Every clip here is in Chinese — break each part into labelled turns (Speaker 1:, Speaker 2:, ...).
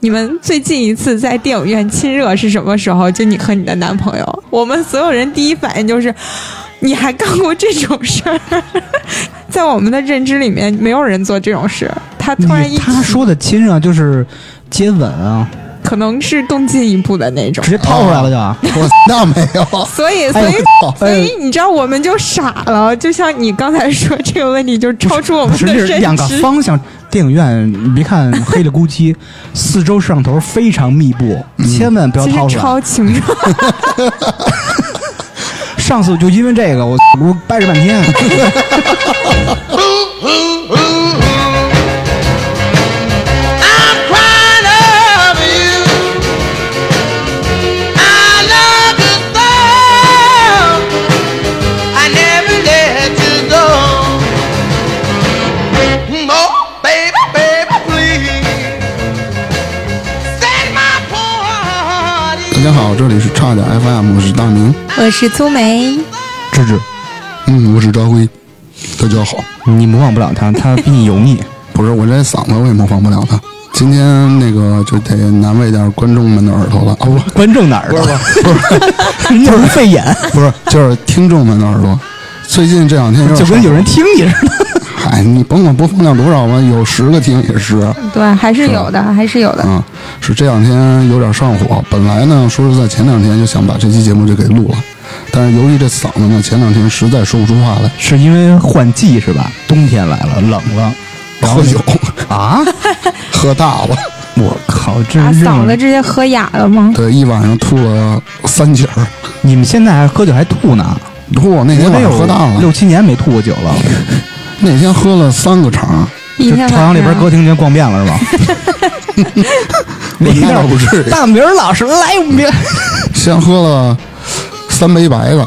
Speaker 1: 你们最近一次在电影院亲热是什么时候？就你和你的男朋友，我们所有人第一反应就是，你还干过这种事儿？ 在我们的认知里面，没有人做这种事。他突然一
Speaker 2: 你他
Speaker 1: 提
Speaker 2: 说的亲热就是接吻啊，
Speaker 1: 可能是更进一步的那种
Speaker 2: 直。接掏出来了就。啊
Speaker 3: 我那没有，
Speaker 1: 所以，所
Speaker 2: 哎
Speaker 1: 以，
Speaker 3: 操
Speaker 1: 所以你知道，我们就傻了。就像你刚才说这个问题， 就超出我
Speaker 2: 不
Speaker 1: 们
Speaker 2: 是，
Speaker 1: 的
Speaker 2: 这是
Speaker 1: 认
Speaker 2: 两个
Speaker 1: 知。
Speaker 2: 方向。电影院，你别看黑了咕叽，四周摄像头非常密布，千万不要
Speaker 1: 其
Speaker 2: 掏
Speaker 1: 实
Speaker 2: 出来。
Speaker 1: 超清楚，
Speaker 2: 上次就因为这个，我我掰扯半天。
Speaker 4: I'm crying over you. I love you so. I never let you go. Oh, baby, baby, please set my poor heart
Speaker 3: 大家好，这里是差点 FM，我是大明，
Speaker 1: 我是粗梅。
Speaker 2: 芝芝，
Speaker 3: 嗯，我是张辉，大家好，
Speaker 2: 你模仿不了他，他比你油腻。
Speaker 3: 不是我这嗓子我也模仿不了他，今天那个就得难为点观众们的耳朵了啊，不
Speaker 2: 观众哪儿的？
Speaker 3: 不是
Speaker 2: 人家不费眼，
Speaker 3: 不是，就是听众们的耳朵。最近这两天
Speaker 2: 就跟有
Speaker 3: 有点
Speaker 2: 人听你似的。
Speaker 3: 少，哎，你甭管播放量多少吧，有十个听也是。
Speaker 1: 对，还是有的，还是有
Speaker 2: 嗯
Speaker 1: 的。
Speaker 3: 啊，是这两天有点上火。本来呢，说实在，前两天就想把这期节目就给录了，但是由于这嗓子呢，前两天实在说不出话来，
Speaker 2: 是因为换季是吧？冬天来了，冷了，然后
Speaker 3: 喝酒
Speaker 2: 啊，
Speaker 3: 喝大了，
Speaker 2: 我靠，这
Speaker 1: 把
Speaker 2: 是
Speaker 1: 啊嗓子直接喝哑了吗？
Speaker 3: 对，一晚上吐了三起儿。
Speaker 2: 你们现在还喝酒还吐呢？我
Speaker 3: 嚯，那天
Speaker 2: 得
Speaker 3: 晚上喝大
Speaker 2: 有
Speaker 3: 了，
Speaker 2: 六七年没吐过酒了，
Speaker 3: 那天喝了三个肠，
Speaker 1: 一
Speaker 2: 就
Speaker 1: 天晚
Speaker 2: 朝阳
Speaker 1: 上
Speaker 2: 里边歌厅间逛遍了是吗？
Speaker 3: 那倒不至于
Speaker 2: 大明儿老师来我们这儿，
Speaker 3: 先喝了三杯白的，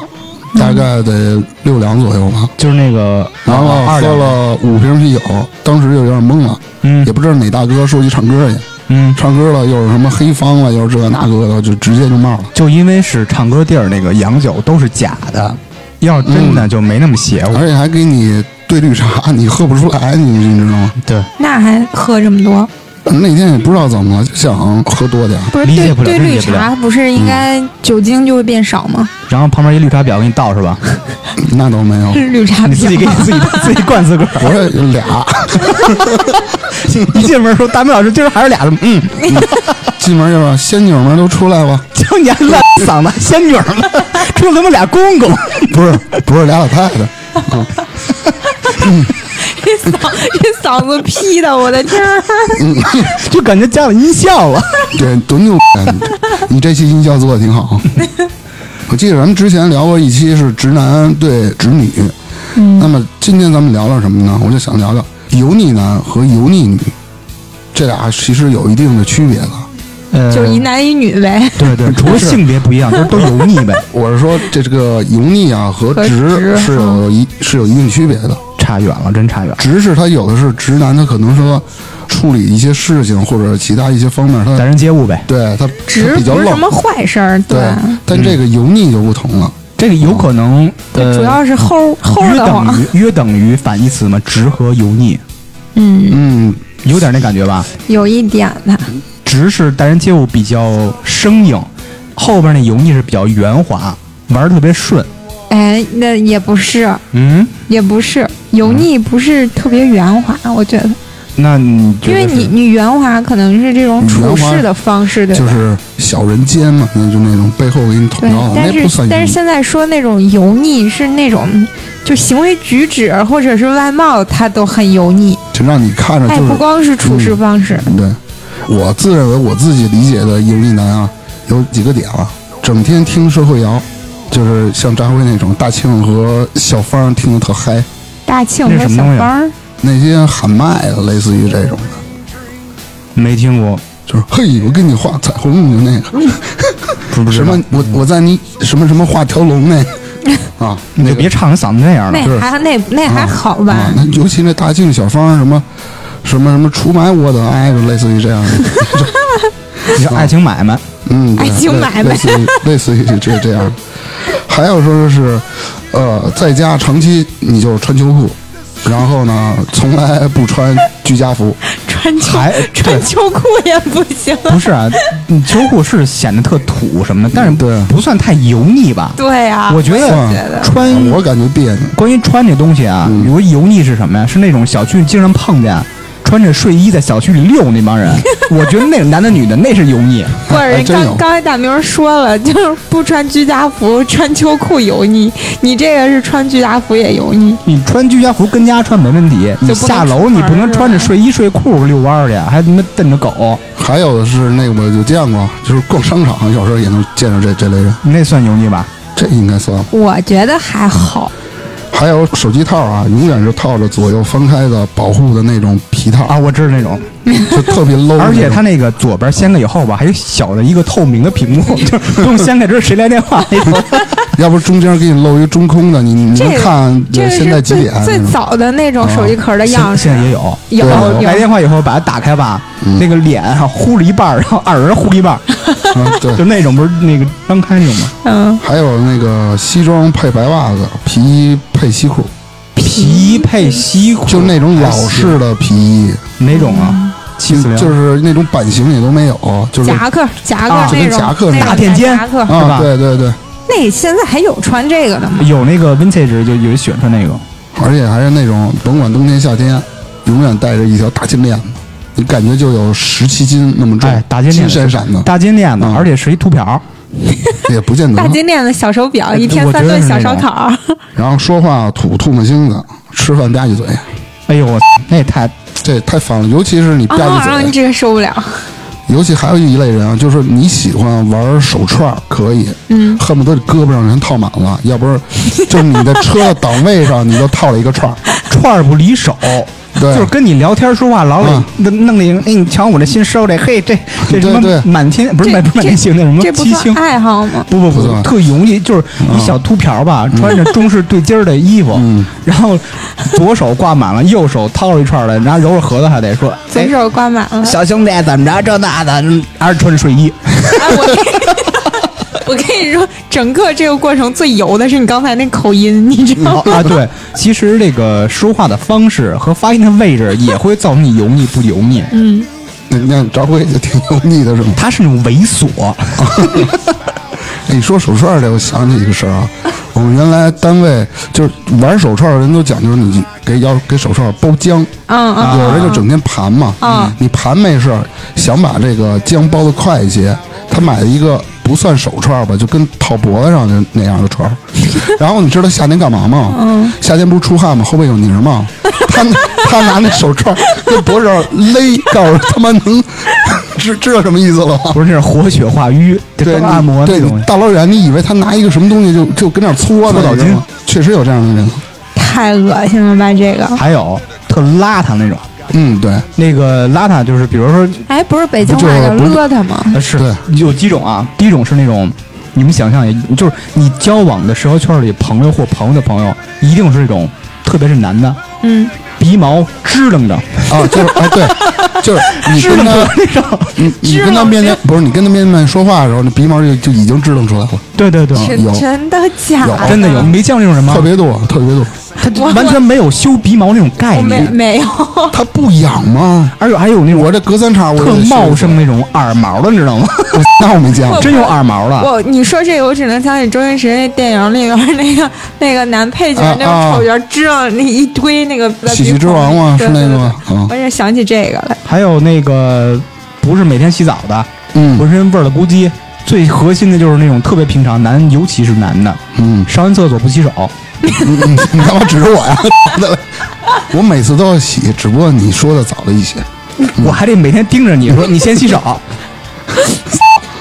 Speaker 3: 大概得六两左右吧。
Speaker 2: 就是那个，
Speaker 3: 然后
Speaker 2: 哦二
Speaker 3: 喝
Speaker 2: 两，
Speaker 3: 了五瓶啤酒，当时就有点懵了，
Speaker 2: 嗯
Speaker 3: 也不知道哪大哥说去唱歌去，
Speaker 2: 嗯，
Speaker 3: 唱歌了又是什么黑方了，又是这个那个的，就直接就冒了。
Speaker 2: 就因为是唱歌地儿那个洋酒都是假的，要是真的就没那么邪乎。
Speaker 3: 而且还给你兑绿茶，你喝不出来，你你知道吗？
Speaker 2: 对，
Speaker 1: 那还喝这么多？
Speaker 3: 那天也不知道怎么了，就想喝多点儿。
Speaker 1: 不是
Speaker 2: 理解
Speaker 1: 对
Speaker 2: 不了
Speaker 1: 对
Speaker 2: 理
Speaker 1: 绿
Speaker 2: 解不了
Speaker 1: 茶不是应该酒精就会变少吗？
Speaker 2: 然后旁边一绿茶婊给你倒是 吧？
Speaker 3: 那倒没有，
Speaker 1: 是绿茶
Speaker 2: 你自己给
Speaker 1: 婊
Speaker 2: 你自己自己灌 自个儿。
Speaker 3: 不是有俩，
Speaker 2: 一进门说大明老师今儿还是俩什么？嗯，
Speaker 3: 进门去吧，仙女们都出来吧。
Speaker 2: 就你还烂嗓子仙女儿 了，出他妈俩公公。
Speaker 3: 不是不是俩老太 太，
Speaker 1: 这嗓这嗓子劈的，我的天儿！
Speaker 2: 就感觉加了音效了。
Speaker 3: 这多牛逼啊！你这期音效做的挺 好。我记得咱们之前聊过一期是直男对直女，那么今天咱们聊聊什么呢？我就想聊聊油腻男和油腻女，这俩其实有一定的区别的。
Speaker 2: 呃
Speaker 1: 就是一男一女呗，
Speaker 2: 对 对，除
Speaker 3: 不
Speaker 2: 了
Speaker 3: 是
Speaker 2: 性别不一样，就是都油腻呗，
Speaker 3: 我是说，这这个油腻啊和
Speaker 1: 和
Speaker 3: 直
Speaker 1: 直
Speaker 3: 是有一是有一定区别的。
Speaker 2: 差远了，真差远了。
Speaker 3: 直是他有的是直男，他可能说处理一些事情或者其他一些方面，
Speaker 2: 待
Speaker 3: 他
Speaker 2: 人接物呗，
Speaker 3: 对他
Speaker 1: 直
Speaker 3: 他比较
Speaker 1: 不是什
Speaker 3: 愣，
Speaker 1: 么坏事儿，对
Speaker 3: 对。但这个油腻就不同了，
Speaker 2: 这个有可能呃，
Speaker 1: 主要是齁齁
Speaker 2: 约
Speaker 1: 的
Speaker 2: 等
Speaker 1: 慌。
Speaker 2: 于约等于反义词嘛，直和油腻
Speaker 1: 嗯，
Speaker 3: 嗯，
Speaker 2: 有点那感觉吧。
Speaker 1: 有一点的，
Speaker 2: 直是待人接物比较生硬，后边那油腻是比较圆滑，玩的特别顺。
Speaker 1: 哎，那也不是，
Speaker 2: 嗯，
Speaker 1: 也不是油腻，不是特别圆滑，我觉得，
Speaker 2: 那你觉
Speaker 1: 因
Speaker 2: 得
Speaker 1: 为你
Speaker 2: 是
Speaker 1: 你圆滑可能是这种处
Speaker 3: 圆滑
Speaker 1: 事的方式，对吧？
Speaker 3: 就是小人奸嘛，那就那种背后给你捅
Speaker 1: 对
Speaker 3: 刀，，
Speaker 1: 但
Speaker 3: 哦那
Speaker 1: 是
Speaker 3: 不算油
Speaker 1: 但是
Speaker 3: 腻。
Speaker 1: 现在说那种油腻是那种，就行为举止或者是外貌，它都很油腻。
Speaker 3: 就让你看着
Speaker 1: 哎，
Speaker 3: 就
Speaker 1: 不
Speaker 3: 是嗯
Speaker 1: 光是处事方式，
Speaker 3: 对。我自认为我自己理解的油腻男啊，有几个点啊，整天听社会摇，就是像张辉那种，大庆和小芳听得特嗨。
Speaker 1: 大庆
Speaker 2: 那
Speaker 1: 和
Speaker 2: 什么
Speaker 1: 小
Speaker 2: 东西啊
Speaker 1: 芳儿，
Speaker 3: 那些喊麦的，类似于这种的，
Speaker 2: 没听过，
Speaker 3: 就是嘿，我给你画彩虹，就那个
Speaker 2: 不啊不知
Speaker 3: 什
Speaker 2: 道
Speaker 3: 么，我我在你什么什么画条龙那 个啊，
Speaker 2: 你
Speaker 3: 那
Speaker 2: 就
Speaker 3: 个
Speaker 2: 别唱成嗓子那样了。
Speaker 1: 那还那那还好吧？
Speaker 3: 啊，那尤其那大庆小芳什么什么什么出卖我的哎爱，就类似于这样的，
Speaker 2: 你说爱情买卖，
Speaker 3: 嗯，对
Speaker 1: 爱情
Speaker 3: 类
Speaker 1: 哎买卖
Speaker 3: 类似于类似于这这样。还有说是，呃，在家长期你就穿秋裤，然后呢，从来不穿居家服，
Speaker 1: 穿穿秋
Speaker 2: 还
Speaker 1: 穿秋裤也不 行。
Speaker 2: 不是啊，嗯秋裤是显得特土什么的，但是
Speaker 3: 对
Speaker 2: 不算太油腻吧？
Speaker 1: 对啊呀、
Speaker 2: 我觉得穿
Speaker 1: 嗯
Speaker 3: 我感觉别扭。
Speaker 2: 关于穿这东西啊，比如油腻是什么呀？是那种小区经常碰见啊穿着睡衣在小区里溜那 帮人，我觉得那男的女的那是油腻。
Speaker 1: 不是
Speaker 3: 还
Speaker 1: 人
Speaker 3: 真有
Speaker 1: 刚刚才大明说了，就是不穿居家服，穿秋裤油腻。你这个是穿居家服也油腻，
Speaker 2: 你穿居家服跟家穿没问题，你
Speaker 1: 就不能
Speaker 2: 下楼
Speaker 1: 出门
Speaker 2: 你不能
Speaker 1: 是吧
Speaker 2: 穿着睡衣睡裤遛弯儿去，还他妈瞪着狗，
Speaker 3: 还有的是那个我就见过，就是逛商场有时候也能见着这这类人，
Speaker 2: 那算油腻吧？
Speaker 3: 这应该算。
Speaker 1: 我觉得还好。
Speaker 3: 还有手机套啊，永远是套着左右分开的保护的那种皮套，
Speaker 2: 啊，我知道那种，
Speaker 3: 就特别 low 那种。
Speaker 2: 而且它哦那个左边掀开以后吧，还有小的一个透明的屏 幕，就是不用掀开知道谁来电话那种。
Speaker 3: 要不中间给你露一中空的，你你
Speaker 1: 这
Speaker 3: 能
Speaker 1: 个
Speaker 3: 看呃
Speaker 1: 这个
Speaker 3: 现在
Speaker 1: 是
Speaker 3: 几
Speaker 1: 最
Speaker 3: 点？啊
Speaker 1: 最早的那种手机壳的样
Speaker 2: 现
Speaker 1: 式
Speaker 2: 现，在也有，
Speaker 1: 有
Speaker 2: 然后
Speaker 1: 有
Speaker 2: 来电话以后把它打开吧，那个脸啊糊了一半儿，然后耳朵糊一半儿，
Speaker 3: 嗯，对
Speaker 2: 就。那种不是那个张开那种吗？
Speaker 1: 嗯，
Speaker 3: 还有那个西装配白袜子，皮衣配西裤，
Speaker 2: 皮衣配西裤，
Speaker 3: 就那种老式的皮衣，
Speaker 2: 哪种
Speaker 1: 嗯
Speaker 2: 啊？七四零
Speaker 3: 就是那种版型也都没有，就是
Speaker 1: 夹克夹
Speaker 2: 啊
Speaker 1: 克
Speaker 2: 就
Speaker 1: 那
Speaker 3: 跟
Speaker 1: 种
Speaker 3: 夹克似
Speaker 1: 那
Speaker 3: 的
Speaker 1: 种
Speaker 2: 大垫肩
Speaker 1: 夹克，
Speaker 2: 是
Speaker 3: 啊，
Speaker 2: 吧
Speaker 3: 对对对，
Speaker 1: 那现在还有穿这个的吗？
Speaker 2: 有那个 vintage，就有人喜欢穿那个。
Speaker 3: 而且还是那种甭管冬天夏天，永远带着一条大金链子，你感觉就有十七斤那么重，
Speaker 2: 哎，大金链
Speaker 3: 金
Speaker 2: 子，
Speaker 3: 闪闪的，
Speaker 2: 大金链子，
Speaker 3: 嗯
Speaker 2: 而且是一秃瓢。
Speaker 3: 也不见得
Speaker 1: 大。金链子、小手表，
Speaker 2: 哎
Speaker 1: 一天
Speaker 2: 我觉
Speaker 1: 三
Speaker 2: 得
Speaker 1: 顿
Speaker 2: 是
Speaker 1: 小
Speaker 2: 那
Speaker 1: 烧
Speaker 2: 种
Speaker 1: 烤，
Speaker 3: 然后说话吐吐沫星子，吃饭吧唧嘴，
Speaker 2: 哎呦，我那也太
Speaker 3: 这太烦了。尤其是 你吧
Speaker 1: 啊，
Speaker 3: 唧
Speaker 1: 你
Speaker 3: 嘴，
Speaker 1: 这个受不了。
Speaker 3: 尤其还有一类人啊，就是你喜欢玩手串儿可以，
Speaker 1: 嗯，
Speaker 3: 恨不得胳膊上全套满了，要不是就是 你的车的档位上你都套了一个串儿，
Speaker 2: 串儿不离手。
Speaker 3: 对
Speaker 2: 就是跟你聊天说话，老得
Speaker 3: 啊
Speaker 2: 弄弄那个，哎，你瞧我这新收的，嘿，这这什
Speaker 3: 对对
Speaker 2: 么满天不是
Speaker 1: 这
Speaker 2: 满不是满天星，那什么
Speaker 1: 这不
Speaker 2: 七
Speaker 1: 算
Speaker 2: 星，
Speaker 1: 爱好吗？
Speaker 2: 不不
Speaker 3: 不嗯
Speaker 2: 不，
Speaker 3: 算
Speaker 2: 特油腻，就是一小秃瓢吧，穿着中式对襟儿的衣服，
Speaker 3: 嗯
Speaker 2: 然后左手挂满了，右手掏出一串来，然后揉着核桃还得说，
Speaker 1: 左
Speaker 2: 哎，
Speaker 1: 手挂满 了。
Speaker 2: 小兄弟怎么着这那的，嗯还是穿着睡 衣，
Speaker 1: 哎，我跟你 我跟你说，整个这个过程最油的是你刚才那口音，你知道吗？
Speaker 2: 啊，对，其实这个说话的方式和发音的位置也会造成你油腻不油腻，
Speaker 3: 那那张辉就挺油腻的是吗？
Speaker 2: 它是那种猥 琐，
Speaker 3: 哎你说手串儿这，我想起一个事儿啊，我们原来单位就是玩手串儿的人都讲究你给要给手串儿包浆，
Speaker 1: 嗯嗯，
Speaker 3: 有人就整天盘嘛，
Speaker 1: 嗯
Speaker 3: 你盘没事儿，想把这个浆包的快一些，他买了一个不算手串儿吧，就跟套脖子上的那样的串儿。然后你知道夏天干嘛吗？夏天不是出汗吗？后背有泥儿吗？他他拿那手串儿跟脖子上勒，告诉他妈能 知知道什么意思了吗？
Speaker 2: 不是那是活血化瘀，这
Speaker 3: 对
Speaker 2: 刚
Speaker 3: 你
Speaker 2: 按摩那
Speaker 3: 对
Speaker 2: 种
Speaker 3: 你。大老远，你以为他拿一个什么东西就就跟那儿搓
Speaker 2: 搓
Speaker 3: 呢？
Speaker 2: 澡巾
Speaker 3: 你知道吗确实有这样的人。
Speaker 1: 太恶心了吧这个。
Speaker 2: 还有特邋遢那种，
Speaker 3: 嗯，对，
Speaker 2: 那个邋遢就是，比如说
Speaker 1: 哎，不是北京话
Speaker 3: 不就是
Speaker 1: 叫
Speaker 3: 不是
Speaker 1: 邋遢吗？
Speaker 2: 呃，是
Speaker 3: 对
Speaker 2: 有几种啊？第一种是那种，你们想象一下，就是你交往的社交圈里朋友或朋友的朋友，一定是这种，特别是男的，
Speaker 1: 嗯，
Speaker 2: 鼻毛支棱着，
Speaker 3: 啊，就是哎，对，就是你
Speaker 2: 支棱
Speaker 3: 跟
Speaker 1: 啊
Speaker 2: 着
Speaker 3: 他
Speaker 2: 那种，
Speaker 3: 你你跟他面对不是你跟他面对面说话的时候，那鼻毛就就已经支棱出来了，
Speaker 2: 对对对，
Speaker 1: 真
Speaker 3: 有
Speaker 1: 真的假的？
Speaker 3: 有
Speaker 2: 真的有，你没见过那种人吗
Speaker 3: 特？别多，特别多。
Speaker 2: 他
Speaker 1: 我
Speaker 2: 完全没有修鼻毛那种概
Speaker 1: 我没
Speaker 2: 念，
Speaker 1: 没有，
Speaker 3: 他不痒吗？
Speaker 2: 而且还有那种
Speaker 3: 我这隔三差五
Speaker 2: 特茂盛，那种耳毛的，你知道吗？
Speaker 3: 我那我没见过
Speaker 1: 我。
Speaker 2: 真有耳毛的。
Speaker 1: 我你说这个，我只能想起周星驰那电影里边那个那个男配角
Speaker 3: 啊，
Speaker 1: 那个丑角支了那一堆那个
Speaker 3: 喜剧之王吗是那个吗
Speaker 1: 对对对
Speaker 3: 啊
Speaker 1: 我也想起这个来，
Speaker 2: 还有那个不是每天洗澡的，
Speaker 3: 嗯
Speaker 2: 浑身味儿的咕叽。最核心的就是那种特别平常，男尤其是男的，
Speaker 3: 嗯
Speaker 2: 上完厕所不洗手，
Speaker 3: 嗯嗯，你干嘛指着我呀？ 我每次都要洗，只不过你说的早了一些。
Speaker 2: 我还得每天盯着你说你先洗手，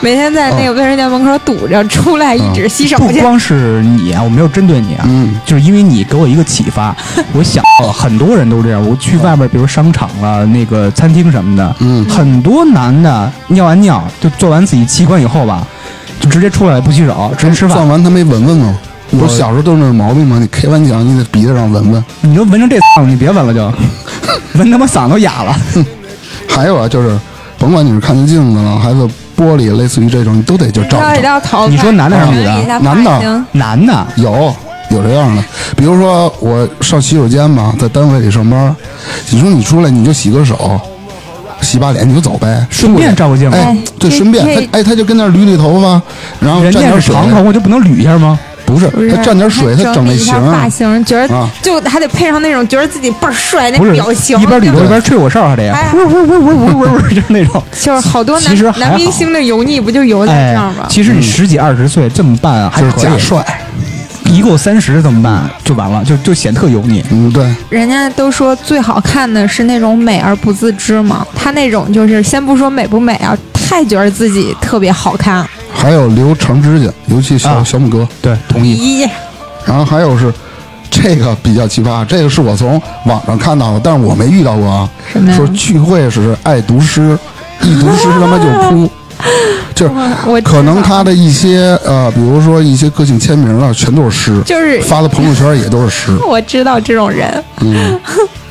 Speaker 1: 每天在那个卫生间门口堵着，出来一直洗手
Speaker 2: 不
Speaker 1: 去。
Speaker 2: 光是你啊，我没有针对你啊，
Speaker 3: 嗯
Speaker 2: 就是因为你给我一个启发，我想到很多人都这样，我去外面，比如商场啊、那个餐厅什么的，
Speaker 3: 嗯
Speaker 2: 很多男的尿完尿就做完自己器官以后吧，就直接出来不洗手，直接吃
Speaker 3: 算
Speaker 2: 饭，
Speaker 3: 嗯完他没闻闻吗？不
Speaker 2: 我
Speaker 3: 是小时候都是那种毛病吗？你开完奖，你得鼻子上闻闻。
Speaker 2: 你就闻成这嗓，你别闻了就， 闻他妈嗓子都哑了。
Speaker 3: 还有啊，就是甭管你是看见镜子了，还是玻璃，类似于这种，你都得就照
Speaker 1: 一
Speaker 3: 一照。
Speaker 1: 道头发，
Speaker 2: 你说男的还是女的
Speaker 1: 整理一下
Speaker 3: 男的
Speaker 1: 哎发型
Speaker 2: 男的，
Speaker 3: 有有这样的，比如说我上洗手间吧，在单位里上班，你说你出来你就洗个手，洗把脸你就走呗，
Speaker 2: 顺便照个镜子
Speaker 3: 哎
Speaker 5: 哎，
Speaker 3: 对，
Speaker 5: 这
Speaker 3: 顺便
Speaker 5: 这
Speaker 3: 他哎，他就跟那儿捋捋头发，然后
Speaker 2: 人
Speaker 3: 蘸
Speaker 2: 家
Speaker 3: 点
Speaker 2: 是
Speaker 3: 水，
Speaker 2: 长头发，就不能捋一下吗？
Speaker 3: 不是
Speaker 1: 不是
Speaker 3: 他蘸点水，他
Speaker 1: 整
Speaker 3: 整那
Speaker 1: 理一
Speaker 3: 型
Speaker 1: 下
Speaker 3: 儿，
Speaker 1: 发型，觉得
Speaker 3: 啊
Speaker 1: 就还得配上那种觉得自己倍儿帅那
Speaker 2: 不是
Speaker 1: 哎表情，
Speaker 2: 一边
Speaker 1: 对
Speaker 2: 捋
Speaker 1: 吧
Speaker 2: 头一边吹口哨还得
Speaker 1: 哎
Speaker 2: 呀，呜呜呜呜呜呜，呜就是那种。
Speaker 1: 就是好多
Speaker 2: 其实
Speaker 1: 男
Speaker 2: 还
Speaker 1: 男明
Speaker 2: 好
Speaker 1: 星的油腻不就油在
Speaker 2: 哎
Speaker 1: 这儿吗，？
Speaker 2: 其实你十几二十岁这么办还
Speaker 3: 就是
Speaker 2: 可
Speaker 3: 嗯假
Speaker 2: 以，
Speaker 3: 帅，
Speaker 2: 一过三十怎么办？就完了，就就显特油腻。
Speaker 3: 嗯，对，
Speaker 1: 人家都说最好看的是那种美而不自知嘛，他那种就是先不说美不美啊，太觉得自己特别好看，
Speaker 3: 还有留长指甲，尤其小、
Speaker 2: 啊
Speaker 3: 小拇哥，
Speaker 2: 对，同意。
Speaker 1: 咦，
Speaker 3: 然后还有是。这个比较奇葩，这个是我从网上看到的，但是我没遇到过啊。
Speaker 1: 什么呀
Speaker 3: 说？聚会时爱读诗，一读诗他妈就 哭，就是
Speaker 1: 我我知
Speaker 3: 可能
Speaker 1: 道
Speaker 3: 他的一些呃，比如说一些个性签名啊，全都是诗，
Speaker 1: 就是
Speaker 3: 发到朋友圈也都是诗，
Speaker 1: 我知道这种人，
Speaker 3: 嗯，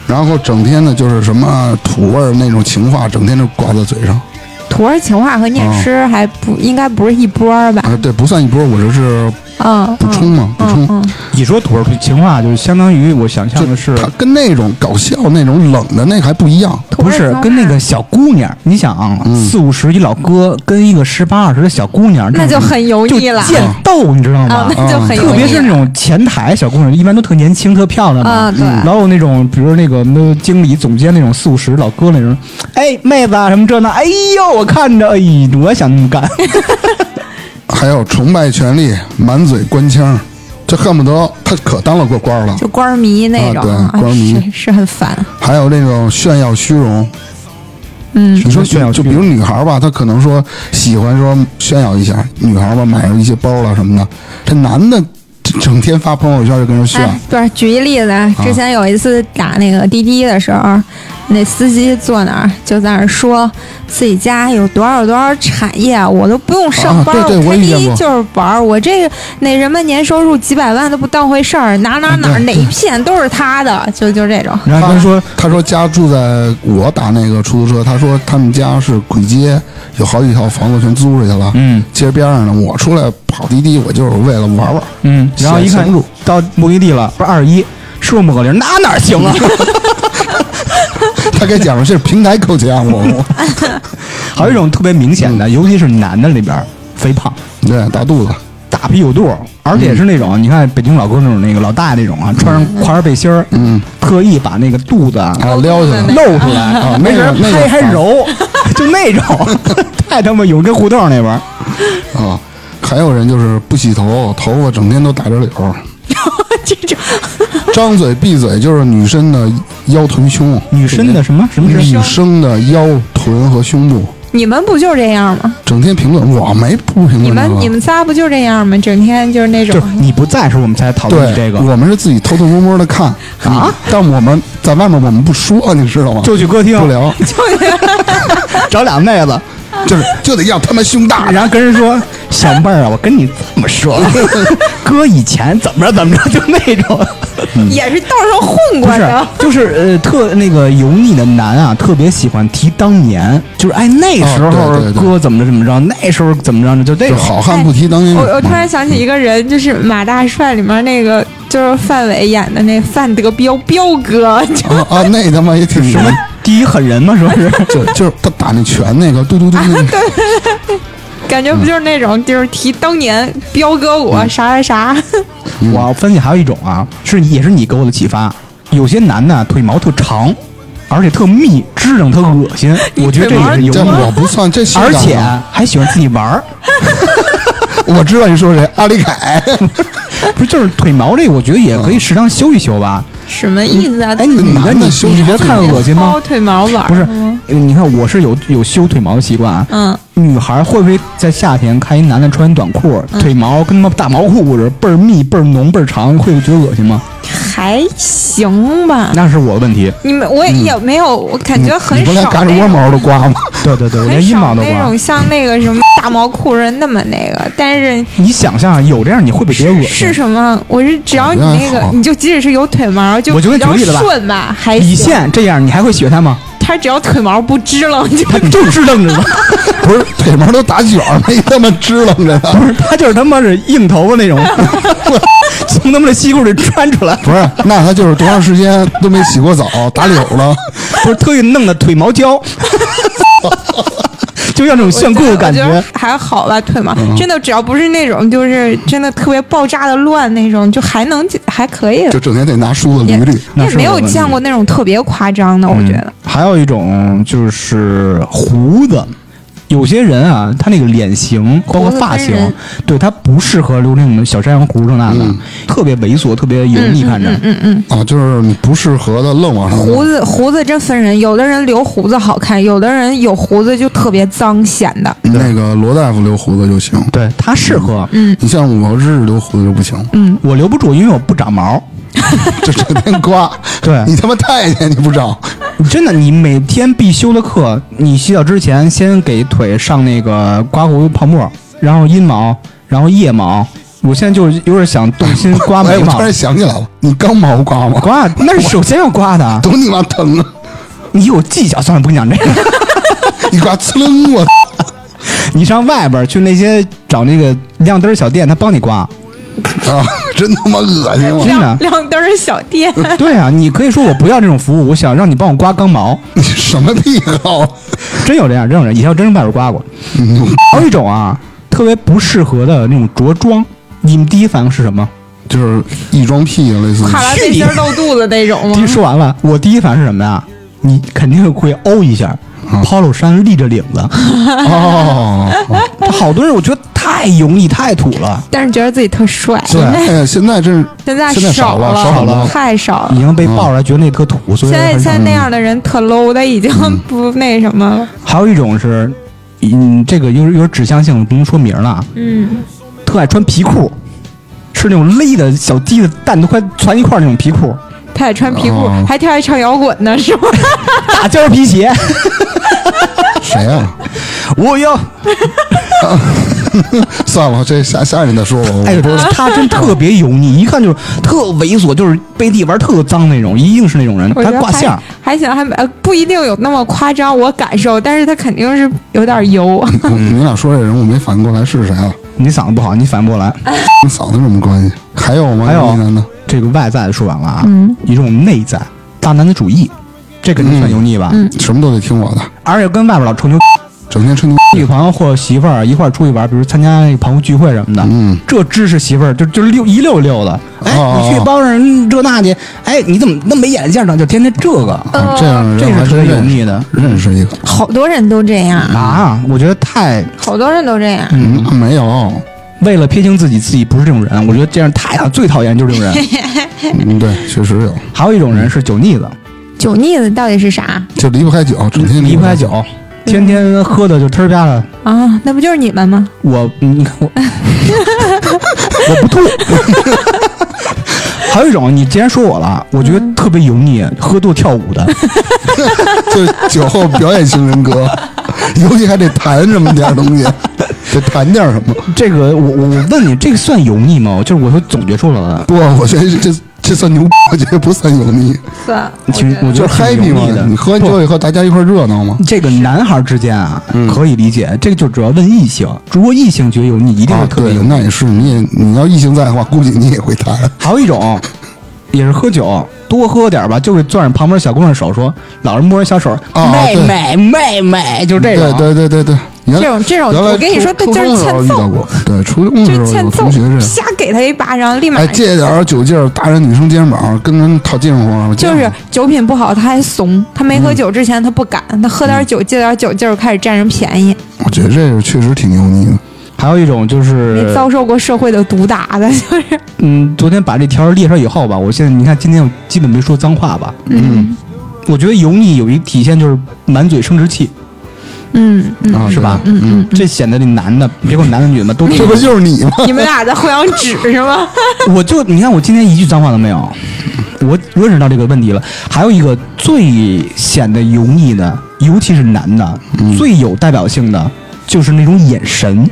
Speaker 3: 然后整天呢就是什么呃土味儿那种情话，整天就挂在嘴上，
Speaker 1: 啊土味情话和念诗还不应该不是一波儿吧？
Speaker 3: 啊，对，不算一波，我这是
Speaker 1: 嗯，
Speaker 3: 补充嘛，补充，
Speaker 2: 你说土味情话，就是相当于我想象的，
Speaker 3: 就是他跟那种搞笑那种冷的那个还不一样，
Speaker 1: 土
Speaker 2: 不
Speaker 1: 味
Speaker 2: 是
Speaker 1: 情
Speaker 2: 跟那
Speaker 1: 话
Speaker 2: 个小姑娘？你想啊，
Speaker 3: 嗯
Speaker 2: 四五十一老哥跟一个十八二十的小姑娘，
Speaker 1: 那就很油
Speaker 2: 就
Speaker 1: 腻了
Speaker 2: 见
Speaker 3: 嗯
Speaker 2: 斗，你知道
Speaker 1: 啊
Speaker 2: 吗，？嗯
Speaker 1: 那就很油腻了，
Speaker 2: 特别是那种前台小姑娘，一般都特年轻、特漂亮嘛。嗯
Speaker 1: 啊对
Speaker 2: 老有那种，比如那个我们的经理、总监那种四五十老哥那种，哎，妹子啊什么这那，哎呦，我看着，哎，我也想那么干。
Speaker 3: 还有崇拜权力，满嘴官腔，这恨不得他可当了个官儿了，
Speaker 1: 就官儿迷那种，
Speaker 3: 啊对
Speaker 1: 哎
Speaker 3: 官儿迷
Speaker 1: 是是很烦。
Speaker 3: 还有那种炫耀虚荣。嗯， 你说
Speaker 2: 炫耀虚
Speaker 3: 就
Speaker 2: 荣
Speaker 3: 比如女孩儿吧，她可能说喜欢说炫耀一下，女孩儿吧买了一些包了什么的，这男的整天发朋友圈就跟人炫耀
Speaker 1: 哎，，对，举一例子啊，之前有一次打那个滴滴的时候，那司机坐那儿就在那儿说自己家有多少多少产业，我都不用上班，
Speaker 3: 啊对对我
Speaker 1: 开
Speaker 3: 也
Speaker 1: 滴
Speaker 3: 见过
Speaker 1: 滴就是玩儿，我这个那什么年收入几百万都不当回事儿，哪哪哪
Speaker 3: 啊
Speaker 1: 儿、哪一片都是他的，就就这种。
Speaker 2: 然后他说，
Speaker 3: 他说家住在我打那个出租车，他说他们家是簋街，有好几套房子全租出去了。
Speaker 2: 嗯
Speaker 3: 街边上呢，我出来跑滴滴，我就是为了玩玩。
Speaker 2: 嗯，然后一看
Speaker 3: 显显著
Speaker 2: 到目的地了，不是二十一，是不是抹个零？那哪行啊？
Speaker 3: 他给讲的是平台扣钱，我我
Speaker 2: 还有一种特别明显
Speaker 3: 嗯
Speaker 2: 的，尤其是男的里边儿肥胖。
Speaker 3: 对大肚子，
Speaker 2: 大屁股肚儿，而且是那种、你看北京老哥那种那个老大爷那种
Speaker 3: 嗯
Speaker 2: 啊，穿上跨着背心儿，嗯，特意把那个肚子啊
Speaker 3: 然后撩起来，哦
Speaker 2: 露出来啊没人
Speaker 3: 那个
Speaker 2: 拍还揉， 就那种， 太他妈有跟胡同那玩意儿。
Speaker 3: 啊，还有人就是不洗头，头发整天都打着绺儿，
Speaker 1: 这种
Speaker 3: 张嘴闭嘴就是女生的腰臀胸，
Speaker 2: 女生的什么什么是
Speaker 3: 女生的腰臀和胸部，
Speaker 1: 你们不就这样吗？
Speaker 3: 整天评论，我没不评论
Speaker 1: 你
Speaker 3: 这
Speaker 1: 们
Speaker 3: 个
Speaker 1: 你们仨不就这样吗？整天就是那
Speaker 2: 就
Speaker 1: 种
Speaker 2: 是你不在的时候我们才讨论
Speaker 3: 对
Speaker 2: 你这个，
Speaker 3: 我们是自己偷偷摸摸的看啊，但我们在外面我们不说，你知道吗？
Speaker 2: 就去歌厅
Speaker 3: 不聊，
Speaker 2: 找俩妹子，
Speaker 3: 就是就得要他们胸大，
Speaker 2: 然后跟人说小妹儿啊，我跟你这么说， 哥以前怎么着怎么着，就那种。
Speaker 1: 也是道上混
Speaker 2: 不
Speaker 1: 过
Speaker 2: 是
Speaker 1: 的。，
Speaker 2: 就是呃，特那个油腻的男啊，特别喜欢提当年，就是哎那时候、
Speaker 3: 哦对对对
Speaker 2: 哥怎么着怎么着，那时候怎么着呢，就这
Speaker 3: 就
Speaker 2: 种。
Speaker 3: 好汉不提当
Speaker 2: 嗯
Speaker 3: 年
Speaker 1: 我
Speaker 3: 勇
Speaker 2: 哎
Speaker 1: 我突
Speaker 3: 嘛
Speaker 1: 然想起一个人，就是《马大帅》里面那个，就是范伟演的那范德彪彪哥，
Speaker 2: 哦
Speaker 1: 就
Speaker 3: 啊啊，那他妈也挺
Speaker 2: 什么第一狠人嘛，是不是？
Speaker 3: 就就是他打那拳那个，嘟嘟嘟那 个，
Speaker 1: 感觉不就是那
Speaker 2: 嗯
Speaker 1: 种，就是提当年彪哥我啥啥啥，
Speaker 3: 嗯
Speaker 2: 我分析还有一种啊，是也是你给我的启发，有些男的啊腿毛特长，而且特密，支棱特恶
Speaker 3: 哦
Speaker 2: 心，我觉得这也是
Speaker 3: 这
Speaker 2: 油
Speaker 3: 我
Speaker 2: 腻，
Speaker 3: 不啊算，这性感
Speaker 2: 而
Speaker 3: 吗
Speaker 2: 且还喜欢自己玩儿，
Speaker 3: 我知道你说谁，阿里凯，
Speaker 2: 不是就是腿毛这，我觉得也可以适当修一修吧。
Speaker 1: 什么意思啊？
Speaker 2: 哎，你
Speaker 3: 男
Speaker 2: 你
Speaker 3: 的
Speaker 2: 的你
Speaker 3: 修
Speaker 2: 你
Speaker 3: 什么
Speaker 2: 别看
Speaker 3: 腿毛
Speaker 2: 恶心吗
Speaker 1: 薅？腿毛玩儿
Speaker 2: 不是，你看我是有有修腿毛的习惯啊。
Speaker 1: 嗯，
Speaker 2: 女孩会不会在夏天看一男的穿短裤，
Speaker 1: 嗯
Speaker 2: 腿毛跟他妈大毛裤似的，倍儿密、倍儿浓、倍儿长，会觉得恶心吗？
Speaker 1: 嗯还行吧？
Speaker 2: 那嗯是我的问题。
Speaker 1: 你们我也没有，我感觉很
Speaker 3: 你不连
Speaker 1: 少
Speaker 3: 嘎吱
Speaker 1: 那
Speaker 3: 窝
Speaker 1: 种。
Speaker 3: 毛都刮 吗？
Speaker 2: 对对对，我
Speaker 1: 很
Speaker 2: 连阴毛
Speaker 1: 少
Speaker 2: 都
Speaker 1: 那
Speaker 2: 刮
Speaker 1: 种。像那个什么大毛裤人那么那个，但是
Speaker 2: 你想象啊有这样，你会不会觉得恶
Speaker 1: 是
Speaker 2: 心？
Speaker 1: 什么？我是只要你那
Speaker 3: 好
Speaker 1: 个，你就即使是有腿毛，就
Speaker 2: 我就
Speaker 1: 比
Speaker 2: 给你
Speaker 1: 较
Speaker 2: 举例子吧
Speaker 1: 顺吧，还
Speaker 2: 李
Speaker 1: 行。
Speaker 2: 现这样，你还会学他吗？
Speaker 1: 他只要腿毛不支棱，就
Speaker 2: 他就支棱着呢，
Speaker 3: 不是腿毛都打卷儿，没他妈支棱着 呢。
Speaker 2: 不是他就是他妈是硬头发那种， 从他妈的西裤里穿出来，
Speaker 3: 不是，那他就是多长时间都没洗过澡，打绺了。
Speaker 2: 不是特意弄的腿毛胶。 就要这种炫酷的感
Speaker 1: 我
Speaker 2: 觉嗯
Speaker 1: 得。还好吧，腿毛真的只要不是那种就是真的特别爆炸的乱那种，就还能还可以
Speaker 3: 就。整天得拿梳子
Speaker 1: 也
Speaker 3: 捋捋。
Speaker 2: 那
Speaker 1: 也
Speaker 2: 是
Speaker 1: 没有
Speaker 2: 我问
Speaker 1: 见
Speaker 2: 你
Speaker 1: 过那种特别夸张的，我觉得
Speaker 2: 嗯。还有一种就是胡子，有些人啊，他那个脸型包括
Speaker 1: 胡子
Speaker 2: 发
Speaker 1: 分
Speaker 2: 型
Speaker 1: 人，嗯
Speaker 2: 对他不适合留那种小山羊胡这那的，特别猥琐，特别油腻，看着。
Speaker 3: 啊，就是你不适合的愣往上弄
Speaker 1: 胡子胡子真分人，有的人留胡子好看，有的人有胡子就特别脏显的。
Speaker 3: 那个罗大夫留胡子就行，
Speaker 2: 对他适合，
Speaker 3: 你像我日留胡子就不行，
Speaker 1: 嗯
Speaker 2: 我留不住，因为我不长毛。
Speaker 3: 就整天刮。
Speaker 2: 对
Speaker 3: 你他妈太监你不长，
Speaker 2: 真的，你每天必修的课，你洗澡之前先给腿上那个刮胡泡沫，然后阴毛，然后腋毛。我现在就是有点想动心 刮
Speaker 3: 哎，
Speaker 2: 眉
Speaker 3: 我
Speaker 2: 毛
Speaker 3: 突，然想起来了，你刚毛刮吗？
Speaker 2: 刮那是首先要刮的。
Speaker 3: 都你妈疼啊！
Speaker 2: 你有技巧，算了，不跟你讲这个。
Speaker 3: 你刮呲楞我，
Speaker 2: 你上外边儿去那些找那个亮灯儿小店，他帮你刮。
Speaker 3: 啊， 真他妈恶心我！
Speaker 2: 真的
Speaker 1: 亮亮灯儿小店，
Speaker 2: 对啊，你可以说我不要这种服务，我想让你帮我刮钢毛。
Speaker 3: 你 什么癖好？啊
Speaker 2: 真有这样，真有这样，以前我真是外边刮过。
Speaker 3: 嗯
Speaker 2: 还有一种啊，特别不适合的那种着装，你们第一反应是什么？
Speaker 3: 就是异装癖啊，类似于
Speaker 1: 跨栏背心儿露肚子那种吗
Speaker 2: 第一？说完了，我第一反应是什么呀？你肯定会哦一下，polo 衫立着领子，
Speaker 3: 哦。
Speaker 2: 好多人我觉得太油腻太土了，
Speaker 1: 但是觉得自己特帅，
Speaker 3: 现在哎现在真是
Speaker 1: 现在
Speaker 3: 现在少
Speaker 1: 了，
Speaker 3: 少很多。
Speaker 1: 太少
Speaker 2: 已
Speaker 1: 了。
Speaker 2: 经被爆出来，觉得那特土，所以
Speaker 1: 嗯现在
Speaker 2: 嗯
Speaker 1: 现
Speaker 2: 很少嗯
Speaker 1: 在那样的人特 low，他已经不那什么了。
Speaker 2: 还有一种是，嗯，这个有有指向性，不用说名了啊，
Speaker 1: 嗯，
Speaker 2: 特爱穿皮裤，是那种勒的小鸡的蛋都快攒一块儿那种皮 裤，
Speaker 1: 他也穿皮裤
Speaker 3: 哦，
Speaker 1: 还特爱唱摇滚呢， 是吗？
Speaker 2: 大胶皮鞋，
Speaker 3: 谁啊呀？
Speaker 2: 我要，
Speaker 3: 算了，这下下一年再说吧。我
Speaker 2: 哎，
Speaker 1: 嗯
Speaker 2: 他真特别油腻，一看就是特猥琐，就是背地玩特脏那种，一定是那种人，
Speaker 1: 我
Speaker 2: 他
Speaker 1: 觉得
Speaker 2: 挂
Speaker 1: 还
Speaker 2: 线儿。
Speaker 1: 还行，还呃不一定有那么夸张，我感受，但是他肯定是有点 油。
Speaker 3: 我你俩说这人，我没反应过来是谁了。
Speaker 2: 你嗓子不好，你反应不过来。
Speaker 1: 哎
Speaker 3: 跟嫂子有什么关系？还有吗？
Speaker 2: 还有
Speaker 3: 一男的，
Speaker 2: 这个外在的说完了啊，
Speaker 1: 嗯
Speaker 2: 一种内在大男子主义，这肯定算油腻吧？
Speaker 1: 嗯
Speaker 3: 什么都得听我的，
Speaker 2: 而且跟外边老吹牛。
Speaker 3: 整天吹牛。
Speaker 2: 女朋友或媳妇儿一块儿出去玩，比如参加那个朋友聚会什么的，
Speaker 3: 嗯，
Speaker 2: 这知识媳妇儿就就溜一溜溜的，哎，
Speaker 3: 哦
Speaker 2: 你去帮人这那去，哎，你怎么那么没眼力见儿呢？就天天这个，
Speaker 3: 啊这样的
Speaker 2: 这
Speaker 3: 人我还
Speaker 2: 是特
Speaker 3: 真
Speaker 2: 别油
Speaker 3: 认识
Speaker 2: 腻的
Speaker 3: 认识一个。
Speaker 1: 好多人都这样，
Speaker 2: 啊！我觉得太
Speaker 1: 好多人都这样。
Speaker 3: 嗯，没有，
Speaker 2: 为了撇清自己，自己不是这种人，我觉得这样太讨最讨厌就是这种 人。
Speaker 3: 嗯，对，确实有，
Speaker 2: 还有一种人是酒腻子，
Speaker 1: 酒腻子到底是啥
Speaker 3: 就离不开酒，整天
Speaker 2: 嗯离不开
Speaker 3: 开。
Speaker 2: 酒，天天喝的就忒儿吧的。
Speaker 1: 啊？那不就是你们吗？
Speaker 2: 我你 看我，我不吐。 还有一种，你既然说我了，我觉得特别油腻，喝多跳舞 的，
Speaker 3: 就酒后表演型人格， 尤其还得弹这么点儿东西， 得弹点儿什么。
Speaker 2: 这个我我我问你，这个算油腻吗？就是我说总结出来了，
Speaker 3: 不，我觉得这这这算牛逼，我觉得不算油腻，
Speaker 1: 算，
Speaker 2: 其实我觉得
Speaker 3: 就是 happy
Speaker 2: 挺油腻
Speaker 3: 嘛。
Speaker 2: 的。
Speaker 3: 你喝完酒以后，大家一块儿热闹嘛。
Speaker 2: 这个男孩之间啊，
Speaker 3: 嗯
Speaker 2: 可以理解，这个就主要问异性，如果异性觉得油腻，一定
Speaker 3: 啊
Speaker 2: 是，特别
Speaker 3: 对
Speaker 2: 油，腻。
Speaker 3: 那也是，你也你要异性在的话，估计你也会弹。
Speaker 2: 还有一种，也是喝酒，多喝点儿吧，就会攥着旁边小姑娘手说，老是摸人小手，
Speaker 3: 啊
Speaker 2: 妹
Speaker 3: 对
Speaker 2: 妹妹妹，就是这
Speaker 3: 对
Speaker 2: 种。
Speaker 3: 对对对对，原
Speaker 1: 啊这种这种
Speaker 3: 原来
Speaker 1: 我跟你说
Speaker 3: 初
Speaker 1: 对就是
Speaker 3: 初
Speaker 1: 欠揍
Speaker 3: 中的时候遇到过，对，初中的
Speaker 1: 就是
Speaker 3: 时候
Speaker 1: 欠
Speaker 3: 有
Speaker 1: 揍
Speaker 3: 同学这，样，
Speaker 1: 瞎给他一巴掌，立马
Speaker 3: 哎，借点儿酒劲儿，搭着女生肩膀，跟人套近乎啊了，
Speaker 1: 就是酒品不好，他还怂。他没喝酒之前他不敢，
Speaker 3: 嗯
Speaker 1: 他喝点酒借点酒劲儿开始占人便宜，
Speaker 3: 我觉得这个确实挺油腻的。
Speaker 2: 还有一种就是
Speaker 1: 没遭受过社会的毒打的，就是
Speaker 2: 嗯，昨天把这条列出来以后吧，我现在你看今天我基本没说脏话吧。
Speaker 3: 嗯，
Speaker 2: 我觉得油腻有一体现就是满嘴生殖器，
Speaker 1: 嗯，嗯
Speaker 3: 啊，
Speaker 2: 是吧？
Speaker 3: 对？嗯，
Speaker 2: 这显得这男的，别管男的女的嘛都
Speaker 3: 这不就是你吗？
Speaker 1: 你们俩在互相指是吗？
Speaker 2: 我就你看我今天一句脏话都没有，我认识到这个问题了。还有一个最显得油腻的，尤其是男的，最有代表性的就是那种眼神，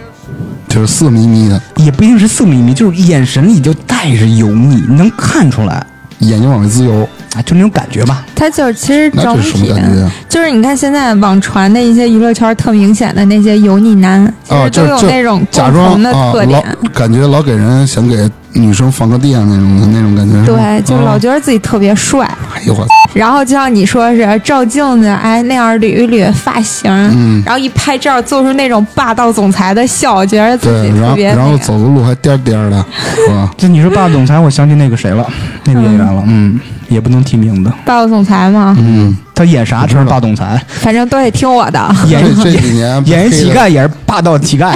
Speaker 3: 就是色眯眯的，
Speaker 2: 也不一定是色眯眯，就是眼神里就带着油腻，你能看出来
Speaker 3: 眼睛往外滋油，
Speaker 2: 啊，就那种感觉吧。
Speaker 1: 他就是其实
Speaker 3: 那
Speaker 1: 整
Speaker 3: 这是什么
Speaker 1: 体
Speaker 3: 感觉啊？
Speaker 1: 就是你看现在网传的一些娱乐圈特明显的那些油腻男，其
Speaker 3: 啊，
Speaker 1: 实都
Speaker 3: 就是
Speaker 1: 有
Speaker 3: 就
Speaker 1: 那种
Speaker 3: 假
Speaker 1: 共
Speaker 3: 装
Speaker 1: 同的
Speaker 3: 啊
Speaker 1: 特，点。
Speaker 3: 老感觉老给人想给女生放个电那种的那种感觉。是吧，
Speaker 1: 对，就老觉得自己特别帅。
Speaker 3: 哎呦我，
Speaker 1: 然后就像你说是照镜子，哎，那样捋一捋发型，
Speaker 3: 嗯
Speaker 1: 然后一拍照做出那种霸道总裁的笑，觉得自己，
Speaker 3: 对然
Speaker 1: 特
Speaker 3: 后
Speaker 1: 别那
Speaker 3: 然后
Speaker 1: 个。
Speaker 3: 走个路还颠颠的，是吧？
Speaker 2: 就你说霸道总裁，我想起那个谁了，那个演员了，嗯，也不能提名字，
Speaker 1: 霸道总裁嘛，
Speaker 3: 嗯，
Speaker 2: 他演啥全是霸总裁，
Speaker 1: 反正都得听我的。
Speaker 2: 演
Speaker 3: 这这几年
Speaker 2: 演一
Speaker 3: 黑的
Speaker 2: 乞丐也是霸道乞丐，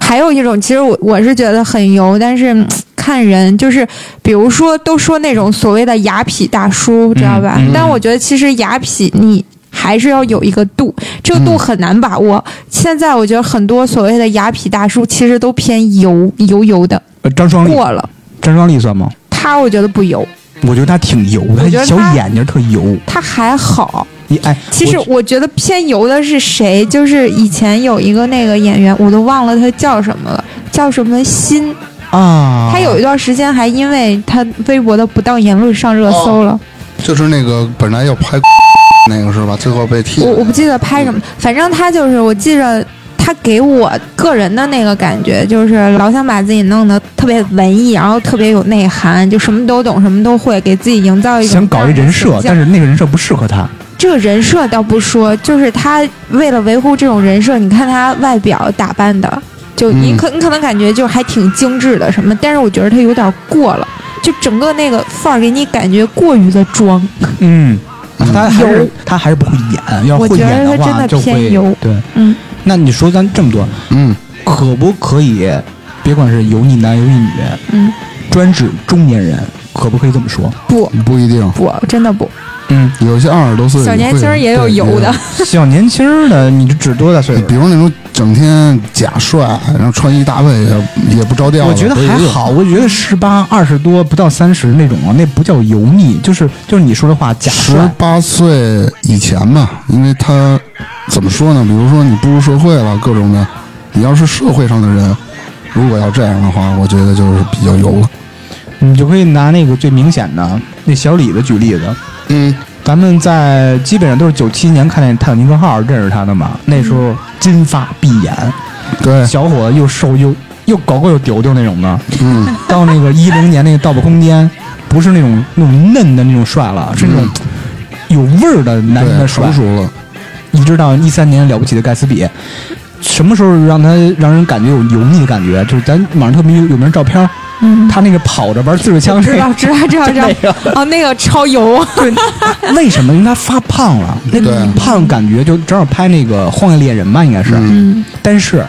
Speaker 1: 还有一种，其实我我是觉得很油，但是嗯看人，就是比如说都说那种所谓的雅痞大叔，知道吧？但我觉得其实雅痞你。还是要有一个度，这个度很难把握。现在我觉得很多所谓的雅痞大叔，其实都偏油油油的，
Speaker 2: 呃张双立，
Speaker 1: 过了。
Speaker 2: 张双立算吗？
Speaker 1: 他我觉得不油，
Speaker 2: 我觉得他挺油的，
Speaker 1: 我觉得
Speaker 2: 小
Speaker 1: 他
Speaker 2: 眼睛特油。
Speaker 1: 他还好。
Speaker 2: 你哎，
Speaker 1: 其实
Speaker 2: 我
Speaker 1: 我觉得偏油的是谁？就是以前有一个那个演员，我都忘了他叫什么了，叫什么新。
Speaker 2: 啊，
Speaker 1: 他有一段时间还因为他微博的不当言论上热搜
Speaker 2: 哦
Speaker 1: 了。
Speaker 3: 就是那个本来要拍那个是吧？最后被踢
Speaker 1: 我我不记得拍什
Speaker 2: 嗯
Speaker 1: 么，反正他就是我记着。他给我个人的那个感觉就是老想把自己弄得特别文艺，然后特别有内涵，就什么都懂，什么都会，给自己营造一种
Speaker 2: 想搞一人设，但
Speaker 1: 是
Speaker 2: 是那个人设不适合他。
Speaker 1: 这个人设倒不说，就是他为了维护这种人设，你看他外表打扮的，就你
Speaker 3: 嗯
Speaker 1: 可、你可能感觉就还挺精致的什么，但是我觉得他有点过了，就整个那个范儿给你感觉过于的装。
Speaker 2: 嗯，他还是他还是不会演，要
Speaker 1: 我
Speaker 2: 会
Speaker 1: 觉得
Speaker 2: 演
Speaker 1: 他真
Speaker 2: 话
Speaker 1: 的
Speaker 2: 就
Speaker 1: 偏
Speaker 2: 会
Speaker 1: 油
Speaker 2: 对。
Speaker 1: 嗯，
Speaker 2: 那你说咱这么多，
Speaker 3: 嗯，
Speaker 2: 可不可以，别管是油腻男、油腻女，
Speaker 1: 嗯，
Speaker 2: 专指中年人，可不可以这么说？
Speaker 1: 不
Speaker 3: 不一定，
Speaker 1: 不，真的不。
Speaker 2: 嗯，
Speaker 3: 有些二十多岁
Speaker 1: 小年轻儿也有油的，，
Speaker 2: 小年轻儿的，你就指多大岁
Speaker 3: 你会对对对比
Speaker 2: 数？
Speaker 3: 如那种整天假帅，然后穿一大背也也不着调的，
Speaker 2: 我觉得
Speaker 3: 不一
Speaker 2: 还
Speaker 3: 定
Speaker 2: 好，，我觉得十八、二十多不到三十那种啊，那不叫油腻，就是就是你说的话假
Speaker 3: 十
Speaker 2: 帅。
Speaker 3: 八岁以前吧，因为他怎么说呢？比如说你步入社会了，各种的，你要是社会上的人，如果要这样的话，我觉得就是比较油了。
Speaker 2: 你就可以拿那个最明显的那小李子举例子，
Speaker 3: 嗯，
Speaker 2: 咱们在基本上都是九七年看见《泰坦尼克号》认识他的嘛，那时候金发碧眼，
Speaker 1: 嗯
Speaker 3: 对，
Speaker 2: 小伙子又瘦又又高高又丢丢那种的。
Speaker 3: 嗯，
Speaker 2: 到那个一零年那个《盗宝空间》，不是那种那种嫩的那种帅
Speaker 1: 嗯
Speaker 2: 了，是那种有味儿的男人
Speaker 3: 对，
Speaker 2: 的帅
Speaker 3: 成。熟了，
Speaker 2: 一直到一三年了不起的盖茨比，什么时候让他让人感觉有油腻的感觉？就是咱网上特别有有名照片儿，
Speaker 1: 嗯，
Speaker 2: 他那个跑着玩自制枪
Speaker 1: 知
Speaker 2: 那
Speaker 1: 道
Speaker 2: 个。
Speaker 1: 知道知道知道
Speaker 2: 就。
Speaker 1: 哦，那个超油，
Speaker 2: 对， 为什么？因为他发胖了，那个
Speaker 3: 对
Speaker 2: 胖感觉就正好拍那个《荒野猎人》嘛，应该是。
Speaker 1: 嗯
Speaker 2: 但是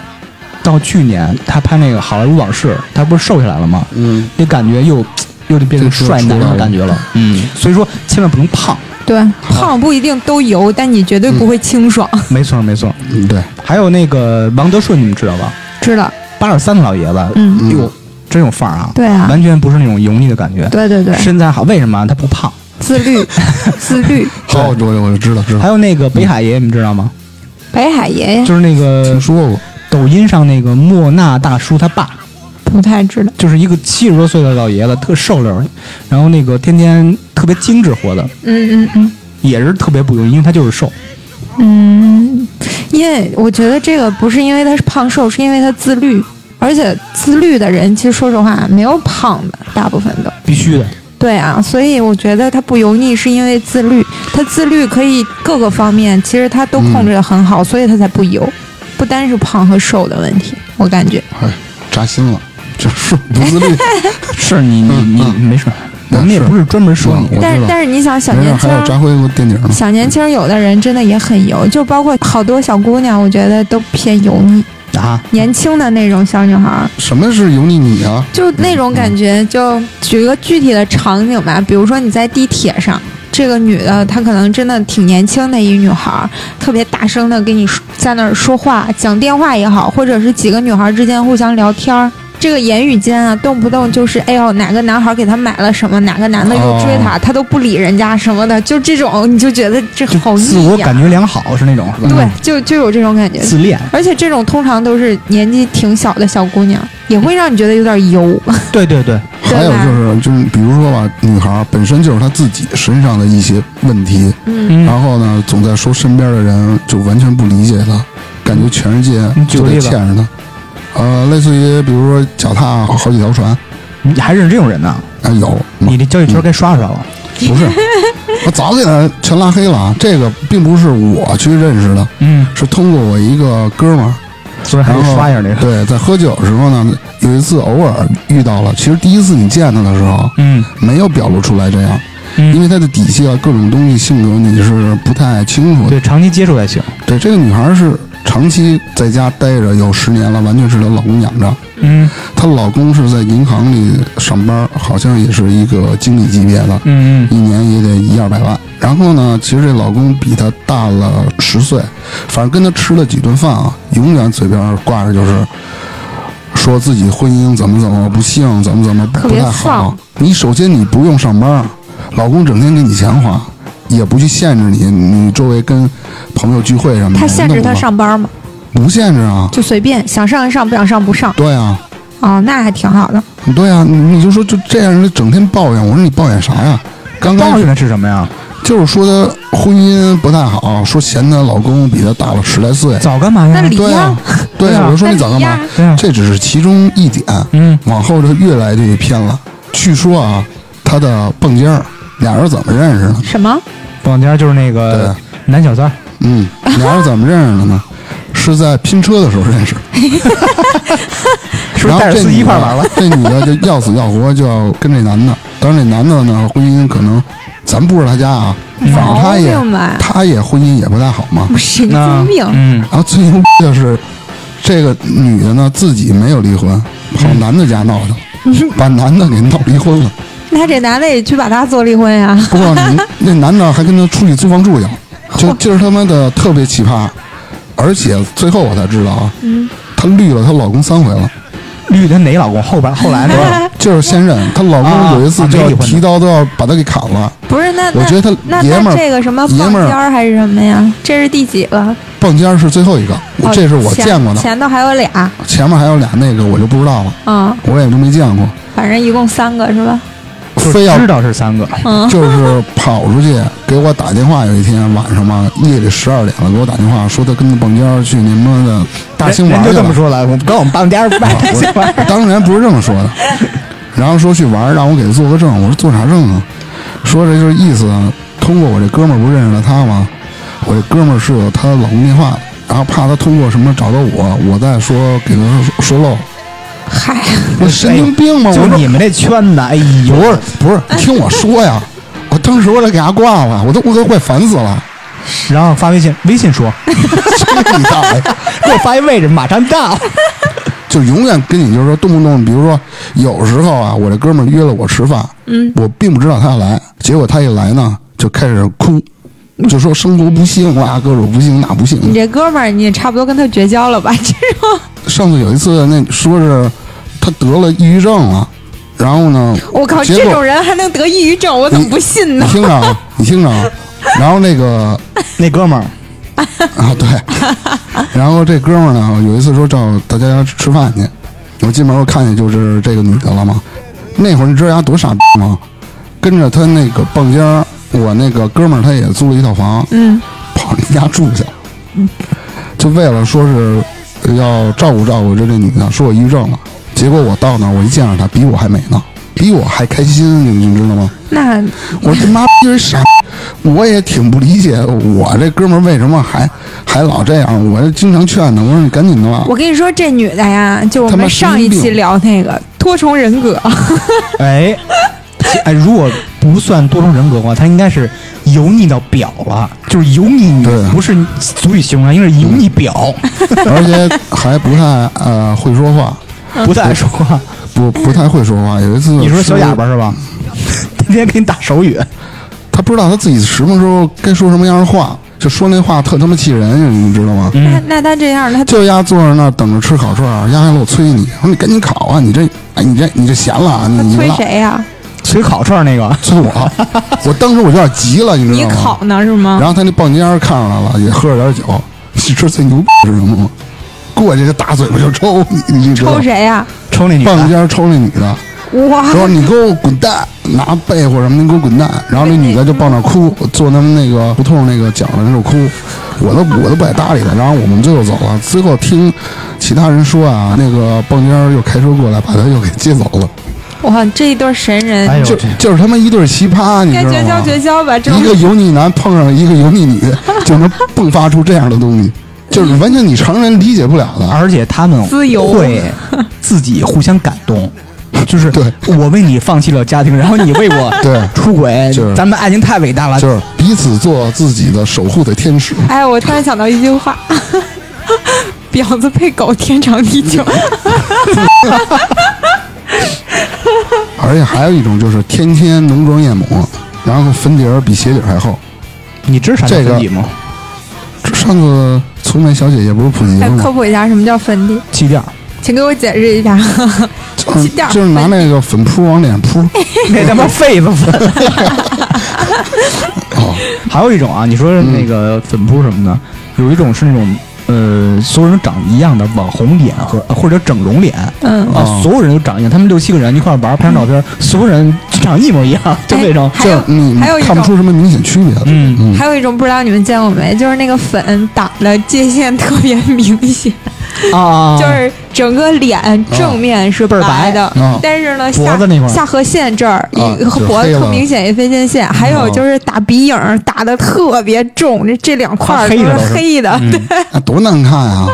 Speaker 2: 到去年他拍那个《好莱坞往事》，他不是瘦下来了吗？
Speaker 3: 嗯，
Speaker 2: 那感觉又又就变成帅男的感觉了。
Speaker 3: 嗯，
Speaker 2: 所以说，千万不能胖。
Speaker 1: 对，胖不一定都油，但你绝对不会清爽。
Speaker 2: 没错，没错。
Speaker 3: 嗯对，
Speaker 2: 还有那个王德顺，你们知道吧？
Speaker 1: 知道？
Speaker 2: 八十三的老爷子，
Speaker 1: 嗯
Speaker 2: 哎呦，真有范儿啊！
Speaker 1: 对啊
Speaker 2: 完全不是那种油腻的感觉。
Speaker 1: 对对对，
Speaker 2: 身材好，为什么啊他不胖？
Speaker 1: 自律， 自律。
Speaker 3: 好，我我就知道知
Speaker 2: 还
Speaker 3: 道，
Speaker 2: 有那个北海爷，你们知道吗？
Speaker 1: 北海爷爷
Speaker 2: 就是那
Speaker 3: 听
Speaker 2: 个
Speaker 3: 说过，
Speaker 2: 抖音上那个莫纳大叔他爸，
Speaker 1: 不太知道，
Speaker 2: 就是一个七十多岁的老爷子，特瘦溜儿，然后那个天天特别精致活的，
Speaker 1: 嗯嗯嗯
Speaker 2: 也是特别不容易，因为他就是瘦。
Speaker 1: 嗯，因为我觉得这个不是因为他是胖瘦，是因为他自律，而且自律的人其实说实话没有胖的，大部分都。
Speaker 2: 必须的，
Speaker 1: 对啊，所以我觉得他不油腻是因为自律，他自律可以各个方面，其实他都控制得很好，所以他才不油，不单是胖和瘦的问题，我感觉。
Speaker 3: 哎，扎心了，就是不 自律，
Speaker 2: 是你你
Speaker 3: 嗯
Speaker 2: 你
Speaker 3: 嗯
Speaker 2: 没事儿，我
Speaker 3: 嗯
Speaker 2: 们也不是专门说
Speaker 3: 嗯
Speaker 2: 你
Speaker 3: 我，
Speaker 1: 但是
Speaker 3: 知道
Speaker 1: 但是你想小
Speaker 3: 没事，
Speaker 1: 年轻
Speaker 3: 还有
Speaker 1: 儿，
Speaker 3: 扎辉给我垫底儿呢，
Speaker 1: 小年轻儿有的人真的也很油，就包括好多小姑娘，我觉得都偏油腻，
Speaker 2: 啊，
Speaker 1: 年轻的那种小女孩儿，
Speaker 3: 什么是油腻你啊？
Speaker 1: 就那种感觉。就举个具体的场景吧，比如说你在地铁上。这个女的，她可能真的挺年轻的一女孩儿，特别大声的跟你说在那儿说话，讲电话也好，或者是几个女孩儿之间互相聊天儿，这个言语间啊，动不动就是哎呦哪个男孩儿给她买了什么，哪个男的又追她，她都不理人家什么的，就这种你就觉得这
Speaker 2: 就
Speaker 1: 好腻呀、啊
Speaker 2: 自我感觉良好是那种是吧？
Speaker 1: 对，就就有这种感觉。
Speaker 2: 自恋，
Speaker 1: 而且这种通常都是年纪挺小的小姑娘，也会让你觉得有点油。
Speaker 2: 对对对，
Speaker 3: 还有就是就是，比如说吧，女孩儿本身就是她自己身上的一些问题，
Speaker 1: 嗯，
Speaker 2: 嗯
Speaker 3: 然后呢，总在说身边的人就完全不理解她，感觉全世界
Speaker 2: 你举
Speaker 3: 就
Speaker 2: 个例
Speaker 3: 得
Speaker 2: 子
Speaker 3: 欠着她。呃，类似于比如说脚踏好几条船，啊、
Speaker 2: 你还认识这种人呢？
Speaker 3: 有，
Speaker 2: 你这交际圈该刷刷了。
Speaker 3: 不是，我早给他全拉黑了啊。这个并不是我去认识的，
Speaker 2: 嗯，
Speaker 3: 是通过我一个哥们儿，
Speaker 2: 昨天还
Speaker 3: 然
Speaker 2: 得
Speaker 3: 后
Speaker 2: 刷一下这个。
Speaker 3: 对，在喝酒的时候呢，有一次偶尔遇到了。其实第一次你见他的时候，
Speaker 2: 嗯
Speaker 3: 没有表露出来这样，因
Speaker 2: 嗯，
Speaker 3: 为他的底细啊，各种东西性格你是不太清楚的。
Speaker 2: 对，长期接触才行。
Speaker 3: 对，这个女孩是长期在家待着有十年了，完全是她老公养着。
Speaker 2: 嗯
Speaker 3: 她老公是在银行里上班，好像也是一个经理级别的，
Speaker 2: 嗯
Speaker 3: 一年也得一二百万。然后呢，其实这老公比她大了十岁，反正跟她吃了几顿饭啊，永远嘴边挂着就是说自己婚姻怎么怎么不幸，怎么怎么不
Speaker 1: 特别
Speaker 3: 太好
Speaker 1: 丧。
Speaker 3: 你首先你不用上班，老公整天给你钱花，也不去限制你，你周围跟朋友聚会什么的，
Speaker 1: 他限制
Speaker 3: 嗯那
Speaker 1: 他
Speaker 3: 我
Speaker 1: 上班吗？
Speaker 3: 不限制啊？
Speaker 1: 就随便想上上，不想上不上。
Speaker 3: 对啊，
Speaker 1: 哦，那还挺好的。
Speaker 3: 对啊，你你就说就这样，人整天抱怨，我说你抱怨啥呀？刚
Speaker 2: 嗯，
Speaker 3: 开
Speaker 2: 抱
Speaker 3: 始
Speaker 2: 怨的是什么呀？
Speaker 3: 就是说她婚姻不太好，说嫌她老公比她大了十来岁。
Speaker 2: 早干嘛
Speaker 1: 那
Speaker 2: 呀
Speaker 1: 离？
Speaker 3: 对啊，对
Speaker 2: 对啊
Speaker 3: 啊，我就说你
Speaker 1: 那
Speaker 3: 早干
Speaker 1: 离
Speaker 3: 嘛
Speaker 1: 呀？
Speaker 2: 对啊，
Speaker 3: 这只是其中一点，
Speaker 2: 嗯
Speaker 3: 往后就越来越偏了。据说啊，她的蹦尖儿，俩人怎么认识呢？
Speaker 1: 什么？
Speaker 2: 绑架就是那个男小三儿，
Speaker 3: 嗯，俩人怎么认识的呢？是在拼车的时候认识，
Speaker 2: 是不
Speaker 3: 然
Speaker 2: 是
Speaker 3: 后
Speaker 2: 带着
Speaker 3: 这
Speaker 2: 司机
Speaker 3: 女
Speaker 2: 一
Speaker 3: 的
Speaker 2: 块儿玩了？
Speaker 3: 这女的就要死要活就要跟这男的，当然这男的呢，婚姻可能咱不知道他家啊，反正
Speaker 1: 毛
Speaker 3: 他也
Speaker 1: 病吧？
Speaker 3: 他也婚姻也不太好嘛。
Speaker 1: 神
Speaker 2: 那
Speaker 1: 经病！
Speaker 2: 嗯，
Speaker 3: 然后最牛逼的是，这个女的呢自己没有离婚，跑男的家闹去了，把男的给闹离婚了。
Speaker 1: 那这男的也去把他做离婚呀？
Speaker 3: 不告诉你，那男的还跟她出去租房住去，就今儿他妈的特别奇葩。而且最后我才知道啊，
Speaker 1: 嗯
Speaker 3: 她绿了她老公三回了，
Speaker 2: 绿的哪老公？后边后来那 个，
Speaker 3: 就是现任。她老
Speaker 2: 啊
Speaker 3: 公有一次
Speaker 2: 啊
Speaker 3: 就
Speaker 2: 没
Speaker 3: 要
Speaker 2: 离婚的
Speaker 3: 提刀都要把她给砍了。
Speaker 1: 不是，那
Speaker 3: 我觉得他
Speaker 1: 那
Speaker 3: 爷
Speaker 1: 那
Speaker 3: 们
Speaker 1: 那
Speaker 3: 儿
Speaker 1: 这个什么
Speaker 3: 爷
Speaker 1: 棒
Speaker 3: 们儿
Speaker 1: 尖儿还是什么呀？这是第几个？
Speaker 3: 棒尖儿是最后一个，我
Speaker 1: 哦
Speaker 3: 这是我
Speaker 1: 前
Speaker 3: 见过的，
Speaker 1: 前头还有俩，
Speaker 3: 前面还有俩那个我就不知道了，
Speaker 1: 嗯，
Speaker 3: 我也都没见过。
Speaker 1: 反正一共三个是吧？
Speaker 2: 就
Speaker 3: 非要
Speaker 2: 知道是三个，
Speaker 1: 嗯，
Speaker 3: 就是跑出去给我打电话，有一天晚上嘛，夜里十二点了，给我打电话说他跟那蹦尖儿去你妈的大兴玩
Speaker 2: 人
Speaker 3: 去
Speaker 2: 就这么
Speaker 3: 了。
Speaker 2: 说了，我们跟我们爸们 家是拜
Speaker 3: 我说当然不是这么说的，然后说去玩儿，让我给他做个证。我说做啥证啊？说这就是意思，通过我这哥们儿不认识了他吗？我这哥们儿是有他老公电话的，然后怕他通过什么找到我，我再说给他说说漏。哎
Speaker 1: 嗨，
Speaker 3: 我神经病吗？
Speaker 2: 哎
Speaker 3: 我
Speaker 2: 就
Speaker 3: 说
Speaker 2: 你们这圈子，哎呦
Speaker 3: 不，是不是，你听我说呀，我当时我得给他挂了，我都我都快烦死了。
Speaker 2: 然后发微信，微信 说
Speaker 3: 这你大爷，
Speaker 2: 给我发一位置，马上 到。
Speaker 3: 就永远跟你就是说动不动，比如说有时候啊，我这哥们儿约了我吃饭，嗯，我并不知道他要来，结果他一来呢，就开始哭，
Speaker 1: 嗯
Speaker 3: 就说生活不幸啊，各种不幸那不幸。
Speaker 1: 你这哥们儿，你也差不多跟他绝交了吧？这种，
Speaker 3: 上次有一次那说是他得了抑郁症了，然后呢，
Speaker 1: 我靠，
Speaker 3: 结
Speaker 1: 这
Speaker 3: 果
Speaker 1: 种人还能得抑郁症，我怎么不信
Speaker 3: 你
Speaker 1: 呢？
Speaker 3: 听着啊，你听着啊，然后那个
Speaker 2: 那哥们儿，
Speaker 3: 啊，对。然后这哥们儿呢，有一次说找大家吃饭去，我进门我看见就是这个女的了嘛。那会儿你知道丫多傻逼吗？跟着他那个蹦尖儿，我那个哥们儿他也租了一套房，
Speaker 1: 嗯，
Speaker 3: 跑人家住去了，就为了说是要照顾照顾这这女的，说我抑郁症了。结果我到那儿，我一见着她，比我还美呢，比我还开心，你你知道吗？
Speaker 1: 那
Speaker 3: 我他妈就是傻，我也挺不理解，我这哥们儿为什么还还老这样？我经常劝他，我说你赶紧的吧
Speaker 1: 我。跟你说，这女的呀，就我
Speaker 3: 他妈
Speaker 1: 们上一
Speaker 3: 神
Speaker 1: 期
Speaker 3: 经病
Speaker 1: 聊那个多重人 格，
Speaker 2: 哎，哎，如果不算多重人格的话，他应该是油腻到表了，就是油腻女
Speaker 3: 对，嗯
Speaker 2: 不是足以形容，应该是油腻表，
Speaker 3: 而且还不太呃会说话，
Speaker 2: 不
Speaker 1: 啊
Speaker 2: 太爱说
Speaker 3: 嗯
Speaker 2: 话。
Speaker 3: 不不太会说话。有一次
Speaker 2: 你说小
Speaker 3: 吃
Speaker 2: 哑巴，是吧？ 天天给你打手语，
Speaker 3: 他不知道他自己什么时候该说什么样的话，就说那话特他妈气人，你知道吗？
Speaker 2: 嗯
Speaker 1: 那那她这样，她
Speaker 3: 就丫坐在那儿等着吃烤串儿，丫还老催你，说你赶紧烤啊！你这哎你这你这闲了啊，你你
Speaker 1: 催
Speaker 3: 拉
Speaker 1: 谁呀、
Speaker 2: 随烤串那个，
Speaker 3: 催我，啊我当时我有点急了，你知
Speaker 1: 你
Speaker 3: 道吗？
Speaker 1: 考呢是吗？
Speaker 3: 然后他那棒尖儿看上来了，也喝了点酒。 你知道最牛逼是什么吗？过去这大嘴巴就抽你，你知道吗
Speaker 1: 抽？谁呀、
Speaker 2: 抽那女
Speaker 3: 棒
Speaker 2: 的，
Speaker 3: 尖儿抽那女的，
Speaker 1: 哇，
Speaker 3: 说你给我滚蛋，拿被或什么，你给我滚蛋。然后那女的就抱那哭，坐他们那个胡同那个角的那儿哭，我都我都不爱搭理她。然后我们最后走了，最后听其他人说啊，那个蹦尖儿又开车过来，把他又给接走了。
Speaker 1: 哇，这一对神人，
Speaker 2: 哎呦
Speaker 3: 就
Speaker 2: 这
Speaker 3: 就是他妈一对奇葩，你
Speaker 1: 该
Speaker 3: 知道吗？
Speaker 1: 绝交绝交吧，这种
Speaker 3: 一个油腻男碰上一个油腻女，就能迸发出这样的 东西，就是完全你常人理解不了的。
Speaker 2: 而且他们
Speaker 1: 自由
Speaker 2: 会自己互相感动，就是
Speaker 3: 对
Speaker 2: 我为你放弃了家庭，然 后你为我
Speaker 3: 对
Speaker 2: 出轨
Speaker 3: 就是，
Speaker 2: 咱们爱情太伟大了。
Speaker 3: 就是彼此做自己的守护的天使，
Speaker 1: 哎，我突然想到一句话：“ 婊子配狗，天长地久。哎
Speaker 3: 而且还有一种就是天天浓妆艳抹，然后粉底儿比鞋底儿还厚。
Speaker 2: 你知道啥叫
Speaker 3: 这个
Speaker 2: 分底吗？
Speaker 3: 这上次粗眉小姐姐不是普及”
Speaker 1: 来
Speaker 3: 了
Speaker 1: 科
Speaker 3: 吗？
Speaker 1: 普一下什么叫粉底，
Speaker 2: 气 垫儿，
Speaker 1: 请给我解释一下。
Speaker 3: 嗯
Speaker 1: 气垫儿
Speaker 3: 就是拿那个粉扑往脸 扑。
Speaker 2: 那他妈痱子粉。
Speaker 3: 哦
Speaker 2: 还有一种啊，你说那个粉扑什么的，有一种是那种呃，所有人长一样的网红脸和或者整容脸，
Speaker 1: 嗯，
Speaker 2: 啊，
Speaker 3: 哦
Speaker 2: 所有人都长一样，他们六七个人一块儿玩儿，拍张照片，所有人长一模一样，就那种。
Speaker 1: 还
Speaker 3: 这
Speaker 1: 有
Speaker 3: 样你
Speaker 1: 还有一
Speaker 3: 看不
Speaker 1: 种
Speaker 3: 出什么明显区别来。
Speaker 2: 嗯
Speaker 3: 嗯，
Speaker 1: 还有一种不知道你们见过没，就是那个粉打的界限特别明显，
Speaker 2: 啊，
Speaker 1: 就是整个脸正面是
Speaker 2: 倍儿
Speaker 1: 白
Speaker 2: 白
Speaker 1: 的，
Speaker 3: 啊
Speaker 1: 但是呢
Speaker 2: 嗯脖
Speaker 1: 下
Speaker 2: 子那块儿
Speaker 1: 下颌线这儿一、
Speaker 3: 啊
Speaker 1: 和
Speaker 3: 就
Speaker 1: 脖子
Speaker 3: 黑
Speaker 1: 特
Speaker 3: 了
Speaker 1: 明显一分界线，还
Speaker 2: 哦
Speaker 1: 有就是打鼻影儿打的特别重，这这两块儿
Speaker 2: 黑
Speaker 1: 是
Speaker 2: 的都是嗯
Speaker 1: 黑的，对。
Speaker 3: 啊，多难看 啊！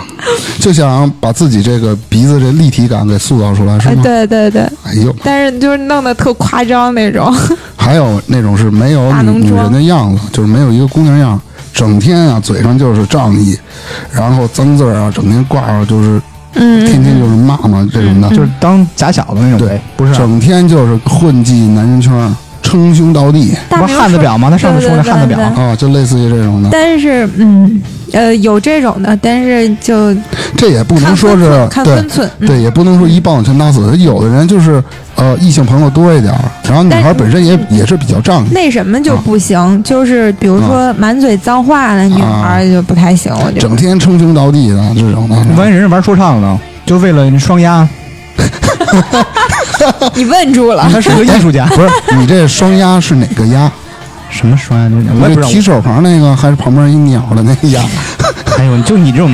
Speaker 3: 就想把自己这个鼻子这立体感给塑造出来，是
Speaker 1: 呃
Speaker 3: 吗？
Speaker 1: 对对对，
Speaker 3: 哎呦，
Speaker 1: 但是就是弄得特夸张那 种。
Speaker 3: 还有那种是没有
Speaker 1: 大
Speaker 3: 女
Speaker 1: 浓
Speaker 3: 女
Speaker 1: 妆
Speaker 3: 人的样子，就是没有一个姑娘样，整天啊嘴上就是仗义，然后脏字儿啊整天挂着就是
Speaker 1: 嗯
Speaker 3: 天天就是骂骂这种的，
Speaker 2: 就是当假小子那种
Speaker 3: 对
Speaker 2: 呗，不是啊
Speaker 3: 整天就是啊混迹男人圈儿，称兄道弟
Speaker 1: 大
Speaker 2: 不
Speaker 1: 明
Speaker 2: 是汉子
Speaker 1: 说
Speaker 2: 表吗？他上次
Speaker 1: 对
Speaker 2: 说
Speaker 1: 对
Speaker 2: 那汉子
Speaker 1: 对
Speaker 2: 表
Speaker 1: 对
Speaker 3: 啊，就类似于这种的，
Speaker 1: 但是嗯呃有这种的，但是就
Speaker 3: 这也不能
Speaker 1: 看
Speaker 3: 说
Speaker 1: 分寸
Speaker 3: 是
Speaker 1: 看
Speaker 3: 对
Speaker 1: 分寸。嗯
Speaker 3: 对，也不能说一棒子全打死，有的人就是呃异性朋友多一点儿，然后女
Speaker 1: 但
Speaker 3: 孩
Speaker 1: 是
Speaker 3: 本身也也是比较仗义，
Speaker 1: 那什么就不
Speaker 2: 嗯
Speaker 1: 行，就是比如说满嘴脏话的女
Speaker 2: 啊
Speaker 1: 孩就不太行，我觉
Speaker 3: 整
Speaker 1: 得。
Speaker 3: 天称兄道弟的这种的，
Speaker 2: 万一人家玩说唱呢，就为了双压，
Speaker 1: 你问住了，
Speaker 2: 他是个艺术家。
Speaker 3: 啊不是 你这双鸭是哪个鸭？
Speaker 2: 什么双压就是我也
Speaker 3: 这
Speaker 2: 不
Speaker 3: 提
Speaker 2: 知
Speaker 3: 手旁那个还是旁边一鸟的那 鸭？
Speaker 2: 道。哎呦，就你这种，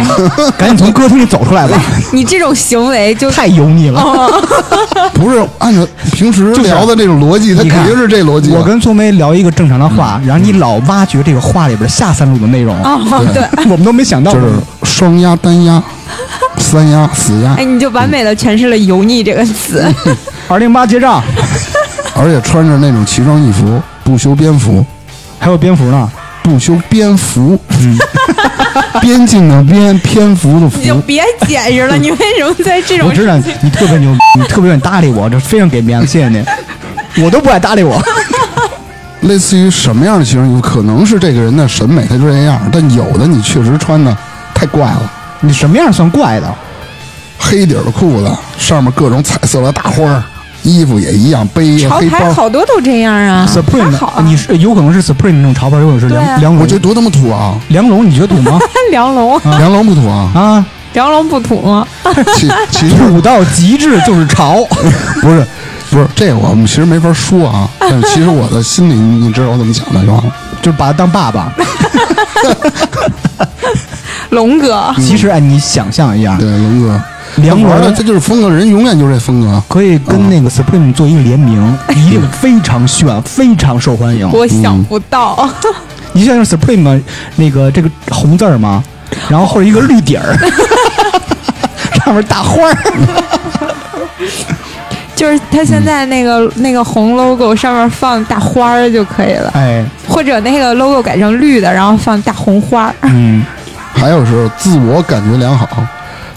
Speaker 2: 赶紧从歌厅里走出来吧，
Speaker 1: 你这种行为就
Speaker 2: 太油腻了。
Speaker 3: 不是按照平时
Speaker 2: 就是
Speaker 3: 聊的这种逻辑，他
Speaker 2: 你
Speaker 3: 肯
Speaker 2: 看
Speaker 3: 定是这逻辑啊。
Speaker 2: 我跟苏梅聊一个正常的话，然后你老挖掘这个话里边下三路的内容，
Speaker 1: 哦对，
Speaker 2: 我们都没想到
Speaker 3: 就。是双鸭、单 鸭、三鸭、死鸭
Speaker 1: 哎，，你就完美的诠释了“油腻”这个词。
Speaker 3: 嗯
Speaker 2: 二零八结账，
Speaker 3: 而且穿着那种奇装异服，不修边幅，
Speaker 2: 还有蝙蝠呢。
Speaker 3: 不修边幅，
Speaker 2: 嗯
Speaker 3: 边境的边，篇幅的
Speaker 1: 你就
Speaker 3: 幅。
Speaker 1: 别解释
Speaker 3: 嗯
Speaker 1: 了，你为什么在这
Speaker 2: 我
Speaker 1: 种
Speaker 2: 知道你特别牛，你特别愿意搭理我，这非常给面子，谢谢你。我都不爱搭理我，
Speaker 3: 类似于什么样的奇装异服？可能是这个人的审美他就这样，但有的你确实穿的太怪了，
Speaker 2: 你什么样算怪的？
Speaker 3: 黑底儿的裤子，上面各种彩色的大花儿，衣服也一样，背一个
Speaker 1: 潮
Speaker 3: 黑嗯
Speaker 1: 牌
Speaker 3: 包。
Speaker 1: 好多都这样啊？
Speaker 2: Supreme，
Speaker 1: 还好啊
Speaker 2: 你是有可能是 Supreme 那种潮牌，有可能是
Speaker 1: 对啊
Speaker 2: 梁梁
Speaker 3: 我
Speaker 2: 龙
Speaker 3: 觉。得多他妈土啊！
Speaker 2: 梁龙，你觉得土 吗？
Speaker 1: 梁龙，
Speaker 3: 梁龙不土啊，
Speaker 2: 啊，
Speaker 1: 梁龙不土吗？
Speaker 3: 其 其实
Speaker 2: 土到极致就是潮。
Speaker 3: 不是不是这个我们其实没法说 啊，但是其实我的心里你知道我怎么想的就完了。
Speaker 2: 就把他当爸爸。
Speaker 1: 龙哥，
Speaker 3: 嗯
Speaker 2: 其实哎，你想象一下
Speaker 3: 对，，龙哥，
Speaker 2: 梁
Speaker 3: 玩的
Speaker 2: 龙
Speaker 3: 他就是风格，人永远就是这风格。
Speaker 2: 可以跟那个 Supreme 做一个联名，
Speaker 3: 嗯
Speaker 2: 一定非常炫，非常受欢迎。
Speaker 1: 我想不到。
Speaker 2: 你想象 Supreme 那个这个红字儿吗？然后或者一个绿底 儿，上面大花儿，
Speaker 1: 就是它现在那个、那个红 logo 上面放大花儿就可以了，
Speaker 2: 哎，
Speaker 1: 或者那个 logo 改成绿的，然后放大红花儿。
Speaker 2: 嗯，
Speaker 3: 还有是自我感觉良好，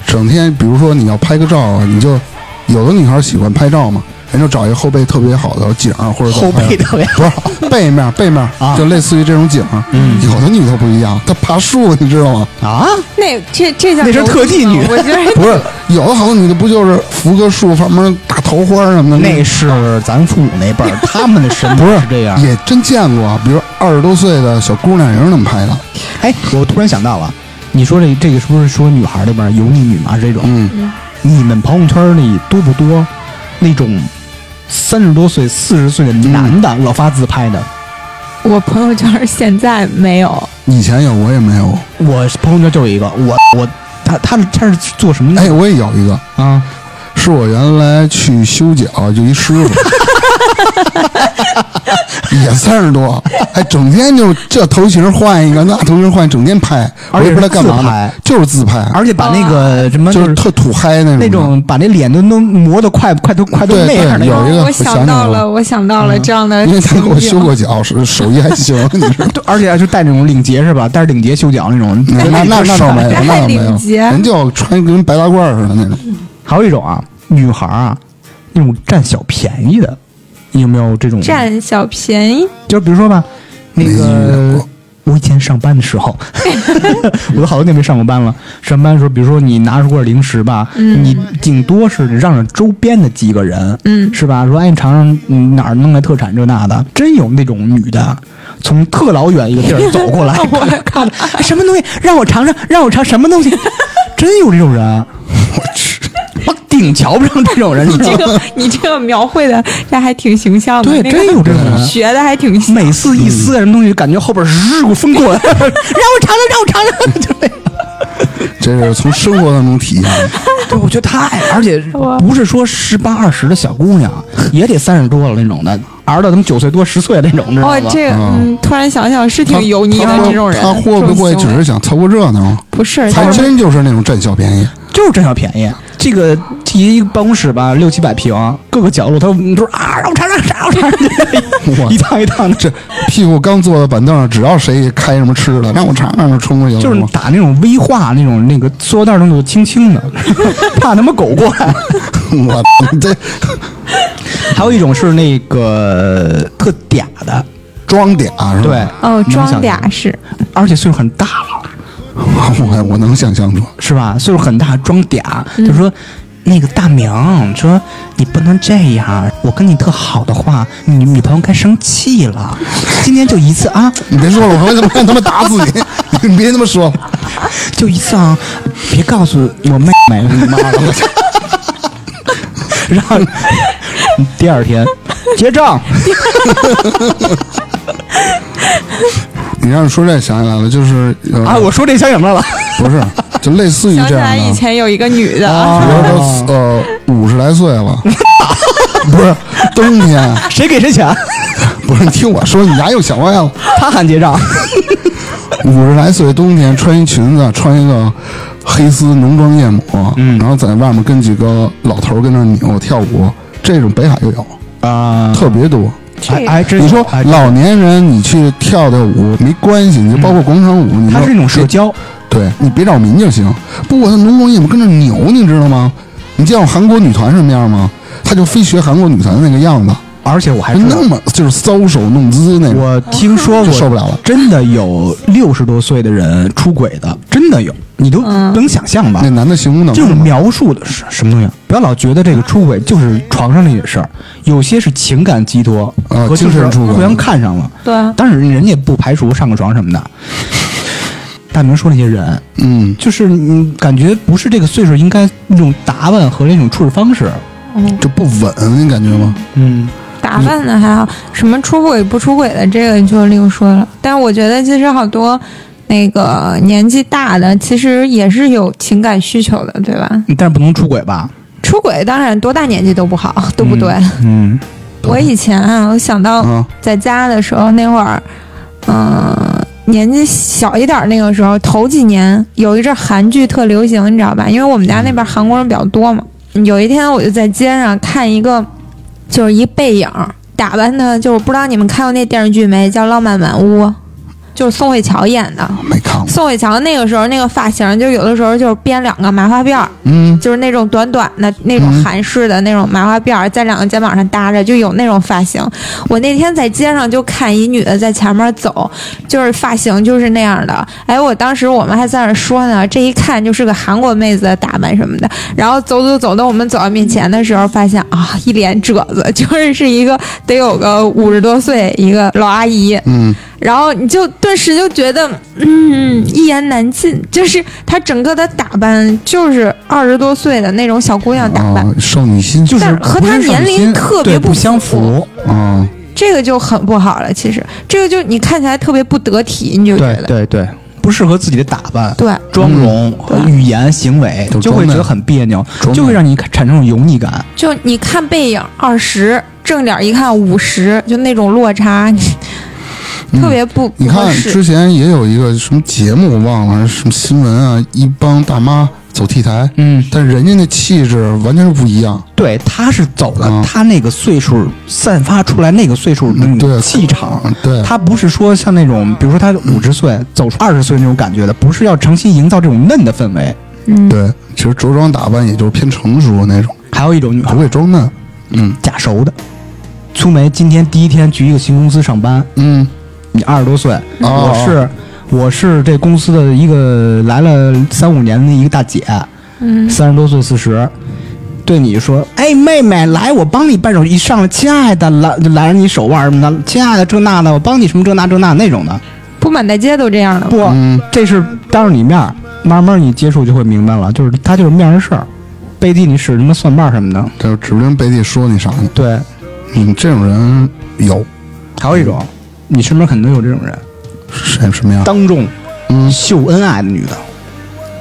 Speaker 3: 整天比如说你要拍个照啊，你就有的女孩喜欢拍照嘛，人就找一个后背特别好的景儿或者怎么
Speaker 2: 后
Speaker 3: 拍
Speaker 2: 背特别好
Speaker 3: 不是背面背面
Speaker 2: 啊嗯
Speaker 3: 就类似于这种景儿。有的女的不一样，她爬树你知道吗？
Speaker 2: 啊，
Speaker 1: 那这这叫
Speaker 2: 那是特技女
Speaker 1: 哦我觉 得
Speaker 3: 不是，有的好多女的不就是扶个树旁边大桃花什么的
Speaker 2: 那是咱父母那辈儿，他们的审美
Speaker 3: 不是
Speaker 2: 嗯是这样。
Speaker 3: 也真见过啊，比如二十多岁的小姑娘也是那么拍的。
Speaker 2: 哎，我突然想到了，你说这这个是不是说女孩儿里边儿油腻女嘛这种？
Speaker 3: 嗯，
Speaker 2: 你们朋友圈里多不多那种三十多岁、四十岁的男的、老发自拍的？
Speaker 1: 我朋友圈现在没有，
Speaker 3: 以前有我也没有，
Speaker 2: 我朋友圈就有一个，我我他他是他是做什么的？
Speaker 3: 哎，我也有一个，
Speaker 2: 啊，
Speaker 3: 是我原来去修脚，就一师 傅，也三十多，还整天就这头型换一个，那头型换，整天拍，我
Speaker 2: 而且
Speaker 3: 也
Speaker 2: 是
Speaker 3: 不知道干嘛
Speaker 2: 自
Speaker 3: 呢
Speaker 2: 拍，
Speaker 3: 就是自拍，
Speaker 2: 而且把那个什么
Speaker 3: 就
Speaker 2: 就是是
Speaker 3: 特土嗨那种的
Speaker 2: 那种把那脸都都磨得快快都快都
Speaker 3: 对
Speaker 2: 那样那
Speaker 3: 对有
Speaker 2: 种。
Speaker 3: 一个
Speaker 1: 我
Speaker 3: 我想
Speaker 1: 想
Speaker 3: 起来
Speaker 1: 到
Speaker 3: 了嗯
Speaker 1: 了，我想到了这样的情
Speaker 3: 因为
Speaker 1: 景。
Speaker 3: 他给我修过脚，手手艺还行，你知道吗。
Speaker 2: 对而且就戴那种领结是吧？戴着领结修脚嗯那种，
Speaker 3: 那那那 那倒没有，那倒没
Speaker 1: 还领结
Speaker 3: 有，人就穿跟白大褂似的那种。
Speaker 2: 还有一种啊，女孩儿啊，那种占小便宜的，你有没有这种？
Speaker 1: 占小便宜，
Speaker 2: 就比如说吧，那
Speaker 3: 没遇
Speaker 2: 个
Speaker 3: 过
Speaker 2: 我以前上班的时候， 我都好多年没上过班了。上班的时候，比如说你拿出块零食吧，你顶多是让让周边的几个人，
Speaker 1: 嗯
Speaker 2: 是吧？说哎，你尝尝嗯哪儿弄来特产这那的，真有那种女的。从特老远一个地儿走 过来， 看着、哎、什么东西，让我尝尝，让我尝什么东西，真有这种人， 我去，我顶瞧不上这种人，你知 道
Speaker 1: 这
Speaker 2: 吗？
Speaker 1: 个你这个描绘的这还挺形象的，
Speaker 2: 对，
Speaker 1: 那
Speaker 2: 真
Speaker 1: 个
Speaker 2: 有这种人，
Speaker 1: 学的还挺像。
Speaker 2: 每次一撕什么东西，感觉后边日股风过来，让我尝尝，让我尝尝，就那样。
Speaker 3: 这是从生活当中体验的。
Speaker 2: 对，我觉得太，而且
Speaker 1: 哇
Speaker 2: 不是说十八二十的小姑娘，也得三十多了那种的，儿到他们九岁多十岁那种，知道
Speaker 1: 哦，
Speaker 2: 吗？
Speaker 1: 这个嗯，突然想想是挺油腻的
Speaker 3: 他他
Speaker 1: 这种人，
Speaker 3: 他会不会
Speaker 1: 这种
Speaker 3: 只
Speaker 1: 行为
Speaker 3: 是想凑个热闹？
Speaker 1: 不是？
Speaker 3: 才
Speaker 1: 他是
Speaker 3: 真就是那种占小 便宜。
Speaker 2: 就是占小便宜。这个一个办公室吧，六七百平，各个角落，他们都是啊，让我尝尝，让我尝
Speaker 3: 哇
Speaker 2: 尝，一趟一趟的，
Speaker 3: 这屁股刚坐到板凳上，只要谁开什么吃的，让我尝尝就冲过去了。
Speaker 2: 就是打那种微化那种那个塑料袋那种轻轻的， 怕他妈狗过来。
Speaker 3: 我我这
Speaker 2: 还有一种是那个特嗲的，
Speaker 3: 装嗲是吧？
Speaker 2: 对，
Speaker 1: 哦，
Speaker 2: 嗯你能
Speaker 1: 装
Speaker 2: 想象
Speaker 1: 嗲是
Speaker 2: 而且岁数很大了，
Speaker 3: 我我能想象住。
Speaker 2: 是吧？岁数很大，装嗲，
Speaker 1: 嗯
Speaker 2: 就说。那个大明说：“你不能这样，我跟你特好的话，你女朋友该生气了。今天就一次啊，
Speaker 3: 你别说了，我他妈他妈打死你！你别他妈说了，
Speaker 2: 就一次啊，别告诉我妹妹你妈了。我操”然后第二天结账，
Speaker 3: 你让你说这想起来了，就是呃
Speaker 2: 啊，我说这想什么来了？
Speaker 3: 不是，就类似于
Speaker 1: 想起
Speaker 3: 这样
Speaker 1: 来以
Speaker 3: 的。啊
Speaker 1: 前有一个女的，
Speaker 3: 比如
Speaker 2: 哦
Speaker 3: 说呃五十来岁了，不是冬天，
Speaker 2: 谁给谁钱？
Speaker 3: 不是你听我说，你牙又想歪了。
Speaker 2: 他喊结账，
Speaker 3: 五十来岁冬天穿一裙子，穿一个黑丝浓妆艳抹，
Speaker 2: 嗯
Speaker 3: 然后在外面跟几个老头儿跟那儿扭跳舞，这种北海就有，
Speaker 2: 啊，
Speaker 3: 特别多。
Speaker 2: 还还真有
Speaker 3: 你说
Speaker 2: 还真有
Speaker 3: 老年人你去跳跳舞没关系，你就包括广场舞，你
Speaker 2: 他
Speaker 3: 说
Speaker 2: 嗯是那种社交，
Speaker 3: 对你别扰民就行。不过他浓妆艳抹跟那儿扭，你知道吗？你见过韩国女团什么样吗？他就非学韩国女团那个样子，
Speaker 2: 而且我还知道
Speaker 3: 那么就是搔首弄姿那种。
Speaker 2: 我听说过，
Speaker 3: 受不了了
Speaker 2: 真的有六十多岁的人出轨的，真的有，你都
Speaker 1: 嗯
Speaker 2: 不能想象吧
Speaker 3: 那？男的行不能
Speaker 2: 这种描述的是什么东西啊？不要老觉得这个出轨就是床上那些事儿，有些是情感寄托
Speaker 3: 啊
Speaker 2: 和就
Speaker 3: 精
Speaker 2: 是
Speaker 3: 神出轨
Speaker 2: 互相看上了。
Speaker 1: 对啊
Speaker 2: 但是人家不排除上个床什么的。 大明说那些人，
Speaker 3: 嗯，
Speaker 2: 就是你感觉不是这个岁数应该那种打扮和那种处事方式。
Speaker 3: 就不稳，你感觉吗？
Speaker 2: 嗯，
Speaker 1: 打扮的还好，什么出轨不出轨的这个就另说了。但我觉得其实好多那个年纪大的，其实也是有情感需求的，对吧？
Speaker 2: 但是不能出轨吧？
Speaker 1: 出轨当然多大年纪都不好，都不对。
Speaker 2: 嗯，
Speaker 1: 我以前啊，我想到
Speaker 3: 啊
Speaker 1: 在家的时候那会儿，嗯、年纪小一点儿那个时候，头几年有一阵儿韩剧特流行，你知道吧？因为我们家那边韩国人比较多嘛。有一天我就在街上看一个，就是一背影儿，打扮的，就是不知道你们看过那电视剧没，叫《浪漫满屋》，就是宋慧乔演的。
Speaker 3: 没看过。
Speaker 1: 宋慧乔那个时候那个发型，就有的时候就是编两个麻花辫儿，
Speaker 3: 嗯，
Speaker 1: 就是那种短短的那种
Speaker 3: 嗯
Speaker 1: 韩式的那种麻花辫儿，在两个肩膀上搭着，就有那种发型。我那天在街上就看一女的在前面走，就是发型就是那样的。哎，我当时我们还在那儿说呢，这一看就是个韩国妹子的打扮什么的。然后走走走到我们走到面前的时候，发现啊，一脸褶子， 就是是一个得有个五十多岁一个老阿姨。
Speaker 3: 嗯，
Speaker 1: 然后你就顿时就觉得，嗯，一言难尽。就是她整个的打扮，就是二十多岁的那种小姑娘打扮，
Speaker 3: 啊，少女心
Speaker 2: 就是
Speaker 1: 但是和
Speaker 2: 不
Speaker 1: 他
Speaker 2: 是上
Speaker 1: 年龄
Speaker 2: 心
Speaker 1: 特
Speaker 2: 对
Speaker 1: 别
Speaker 2: 不
Speaker 1: 不
Speaker 2: 相
Speaker 1: 符
Speaker 2: 符。
Speaker 3: 啊，
Speaker 1: 这个就很不好了。其实这个就你看起来特别不得体，你就觉
Speaker 2: 对
Speaker 1: 得
Speaker 2: 对对，不不适合自己的打扮、
Speaker 1: 嗯对
Speaker 2: 妆容、和语言、行为，
Speaker 3: 都
Speaker 2: 就会
Speaker 3: 装
Speaker 2: 觉
Speaker 3: 嫩
Speaker 2: 得很别扭，
Speaker 3: 装
Speaker 2: 就会
Speaker 3: 嫩
Speaker 2: 让你产生一种油腻感。
Speaker 1: 就你看背影二十，正脸一看五十，就那种落差，你特别不
Speaker 3: 嗯你
Speaker 1: 不合
Speaker 3: 看
Speaker 1: 适
Speaker 3: 之。前也有一个什么节目，我忘了什么新闻啊，一帮大妈走 T 台，
Speaker 2: 嗯，
Speaker 3: 但人家那气质完全是不一样。
Speaker 2: 对，他是走了、
Speaker 3: 嗯
Speaker 2: 他那个岁数散发出来那个岁数的那种
Speaker 3: 对嗯
Speaker 2: 气场，
Speaker 3: 啊对
Speaker 2: 他不是说像那种，比如说他五十岁走出二十岁那种感觉的，不是要诚心营造这种嫩的氛围。
Speaker 3: 对，其实着装打扮也就是偏成熟那种，
Speaker 2: 还有一种女孩
Speaker 3: 不会装嫩。嗯
Speaker 2: 假熟的，粗梅今天第一天去一个新公司上班，
Speaker 3: 嗯，
Speaker 2: 你二十多岁，
Speaker 3: 哦
Speaker 2: 我是我是这公司的一个来了三五年的一个大姐，三十多岁四十，对你说，哎，妹妹，来，我帮你扳手，一上来，亲爱的，来揽着你手腕什么的，亲爱的，这那的，我帮你什么这那这那那种的，
Speaker 1: 不满大街都这样的吗，
Speaker 2: 不，这是当着你面儿，慢慢你接触就会明白了，就是他就是面上事儿，背地里使什么算盘什么的，
Speaker 3: 这指不定背地说你啥呢。
Speaker 2: 对，
Speaker 3: 嗯，这种人有
Speaker 2: 还有一种，你身边肯定有这种人，
Speaker 3: 谁什么呀？
Speaker 2: 嗯当众
Speaker 3: 嗯，
Speaker 2: 秀恩爱的女的，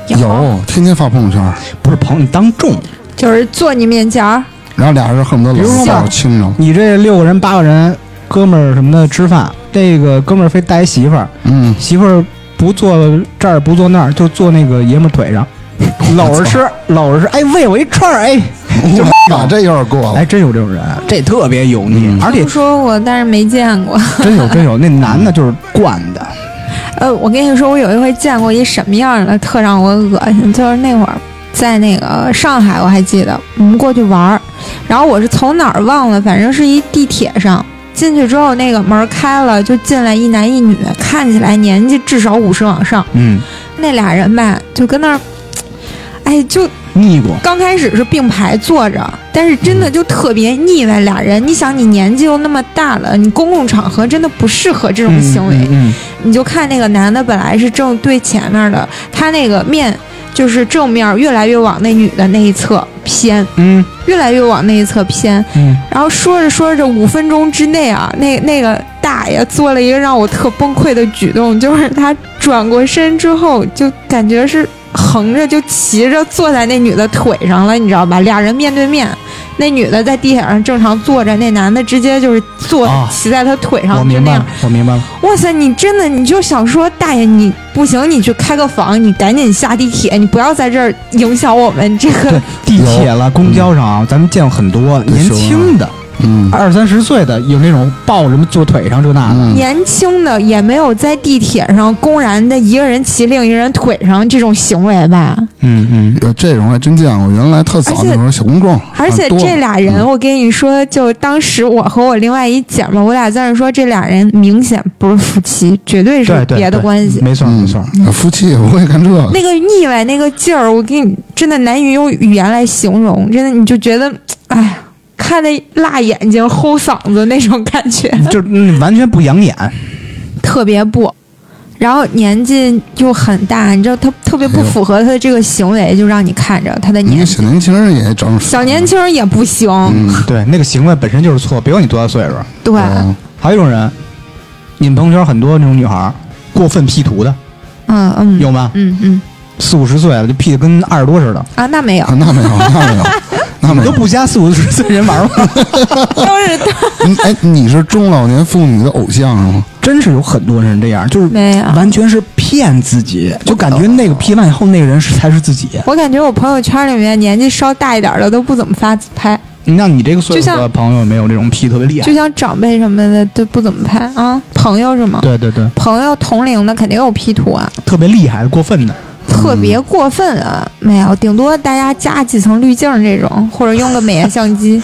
Speaker 3: 有，天天发朋友圈，
Speaker 2: 不是朋友，你当众，
Speaker 1: 就是坐你面前儿，
Speaker 3: 然后俩人恨不得
Speaker 2: 比如
Speaker 3: 老
Speaker 2: 说吧
Speaker 3: 老亲着。
Speaker 2: 你这六个人八个人，哥们儿什么的吃饭，这个哥们儿非带一媳妇儿，
Speaker 3: 嗯，
Speaker 2: 媳妇儿不坐这儿不坐那儿，就坐那个爷们儿腿上，搂着吃，搂着吃，哎，喂我一串儿，哎，就
Speaker 3: 啊，这有点过了
Speaker 2: 哎，。真有这种人，这特别油腻，而且
Speaker 1: 听说过，但是没见过。
Speaker 2: 真有真有，那男的就是惯的，
Speaker 1: 呃，我跟你说，我有一回见过一什么样的，特让我恶心，就是那会儿在那个上海，我还记得我们过去玩儿，然后我是从哪儿忘了，反正是一地铁上。进去之后，那个门儿开了，就进来一男一女，看起来年纪至少五十往上。
Speaker 2: 嗯，
Speaker 1: 那俩人吧，就跟那儿，哎，就
Speaker 2: 腻过，
Speaker 1: 刚开始是并排坐着，但是真的就特别腻歪俩人。你想，你年纪又那么大了，你公共场合真的不适合这种行为。
Speaker 2: 嗯，
Speaker 1: 你就看那个男的本来是正对前面的，他那个面就是正面越来越往那女的那一侧偏，
Speaker 2: 嗯
Speaker 1: 越来越往那一侧偏。
Speaker 2: 嗯
Speaker 1: 然后说着说着，五分钟之内啊，那那个大爷做了一个让我特崩溃的举动，就是他转过身之后，就感觉是横着就骑着坐在那女的腿上了，你知道吧？俩人面对面，那女的在地铁上正常坐着，那男的直接就是坐、
Speaker 2: 啊
Speaker 1: 骑在他腿
Speaker 2: 嗯，
Speaker 1: 上，
Speaker 2: 我
Speaker 1: 就
Speaker 2: 明
Speaker 1: 那
Speaker 2: 白
Speaker 1: 样
Speaker 2: 了。，我明白了，
Speaker 1: 哇塞，你真的你就想说，大爷你不行，你去开个房，你赶紧下地铁，你不要在这儿影响我们这个
Speaker 2: 对。，地铁了，公交上啊，咱们见过很多
Speaker 3: 对
Speaker 2: 年轻的。
Speaker 3: 嗯
Speaker 2: 二三十岁的有那种抱着什么坐腿上这那的，
Speaker 3: 嗯，
Speaker 1: 年轻的也没有在地铁上公然的一个人骑另一个人腿上这种行为吧？
Speaker 2: 嗯嗯，
Speaker 3: 有这种还真见过。原来特早
Speaker 1: 而且
Speaker 3: 那时候小公众，
Speaker 1: 而且
Speaker 3: 啊多
Speaker 1: 这俩
Speaker 2: 嗯
Speaker 1: 人，我跟你说，就当时我和我另外一姐们儿，我俩在那说，这俩人明显不是夫妻，绝对是
Speaker 2: 对对，
Speaker 1: 别的
Speaker 2: 对
Speaker 1: 关系。
Speaker 2: 没错
Speaker 3: 嗯
Speaker 2: 没错，
Speaker 3: 夫妻也不会干 这个。
Speaker 1: 那个腻歪，那个劲儿，我给你真的难以用语言来形容，真的你就觉得，哎呀，看那辣眼睛、齁嗓子那种感觉，
Speaker 2: 就是嗯完全不养眼，
Speaker 1: 特别不。然后年纪又很大，你知道他特别不符合他的这个行为，就让你看着他的
Speaker 3: 你
Speaker 1: 年
Speaker 3: 看
Speaker 1: 纪
Speaker 3: 小，年轻人也长
Speaker 1: 小年轻儿也不行，
Speaker 2: 对，那个行为本身就是错，别管你多大岁数。
Speaker 1: 对，
Speaker 3: 嗯
Speaker 2: 还有一种人，你们朋友圈很多那种女孩儿过分 P 图的，
Speaker 1: 嗯嗯，
Speaker 2: 有吗？
Speaker 1: 嗯嗯
Speaker 2: 四五十岁了就 P 的跟二十多似的，
Speaker 1: 啊，那 没有
Speaker 3: 啊，那没有，那没有，那
Speaker 2: 你
Speaker 3: 没
Speaker 2: 都
Speaker 3: 有。
Speaker 2: 不加四五十岁人玩吗？
Speaker 1: 都是
Speaker 3: 你哎，你是中老年妇女的偶像是吗？
Speaker 2: 真是有很多人这样，就是
Speaker 1: 没有
Speaker 2: 完全是骗自己，就感觉
Speaker 3: 哦
Speaker 2: 那个 P 完以后那个人是才是自己。
Speaker 1: 我感觉我朋友圈里面年纪稍大一点儿的都不怎么发自拍，
Speaker 2: 那你这个岁
Speaker 1: 就
Speaker 2: 数
Speaker 1: 像
Speaker 2: 的朋友有没有这种 P 特别厉害
Speaker 1: 就？像长辈什么的都不怎么拍啊，朋友是吗？
Speaker 2: 对对对，
Speaker 1: 朋友同龄的肯定有 P 图啊，
Speaker 2: 特别厉害过分的。
Speaker 1: 特别过分啊，没有，顶多大家加几层滤镜这种，或者用个美颜相机。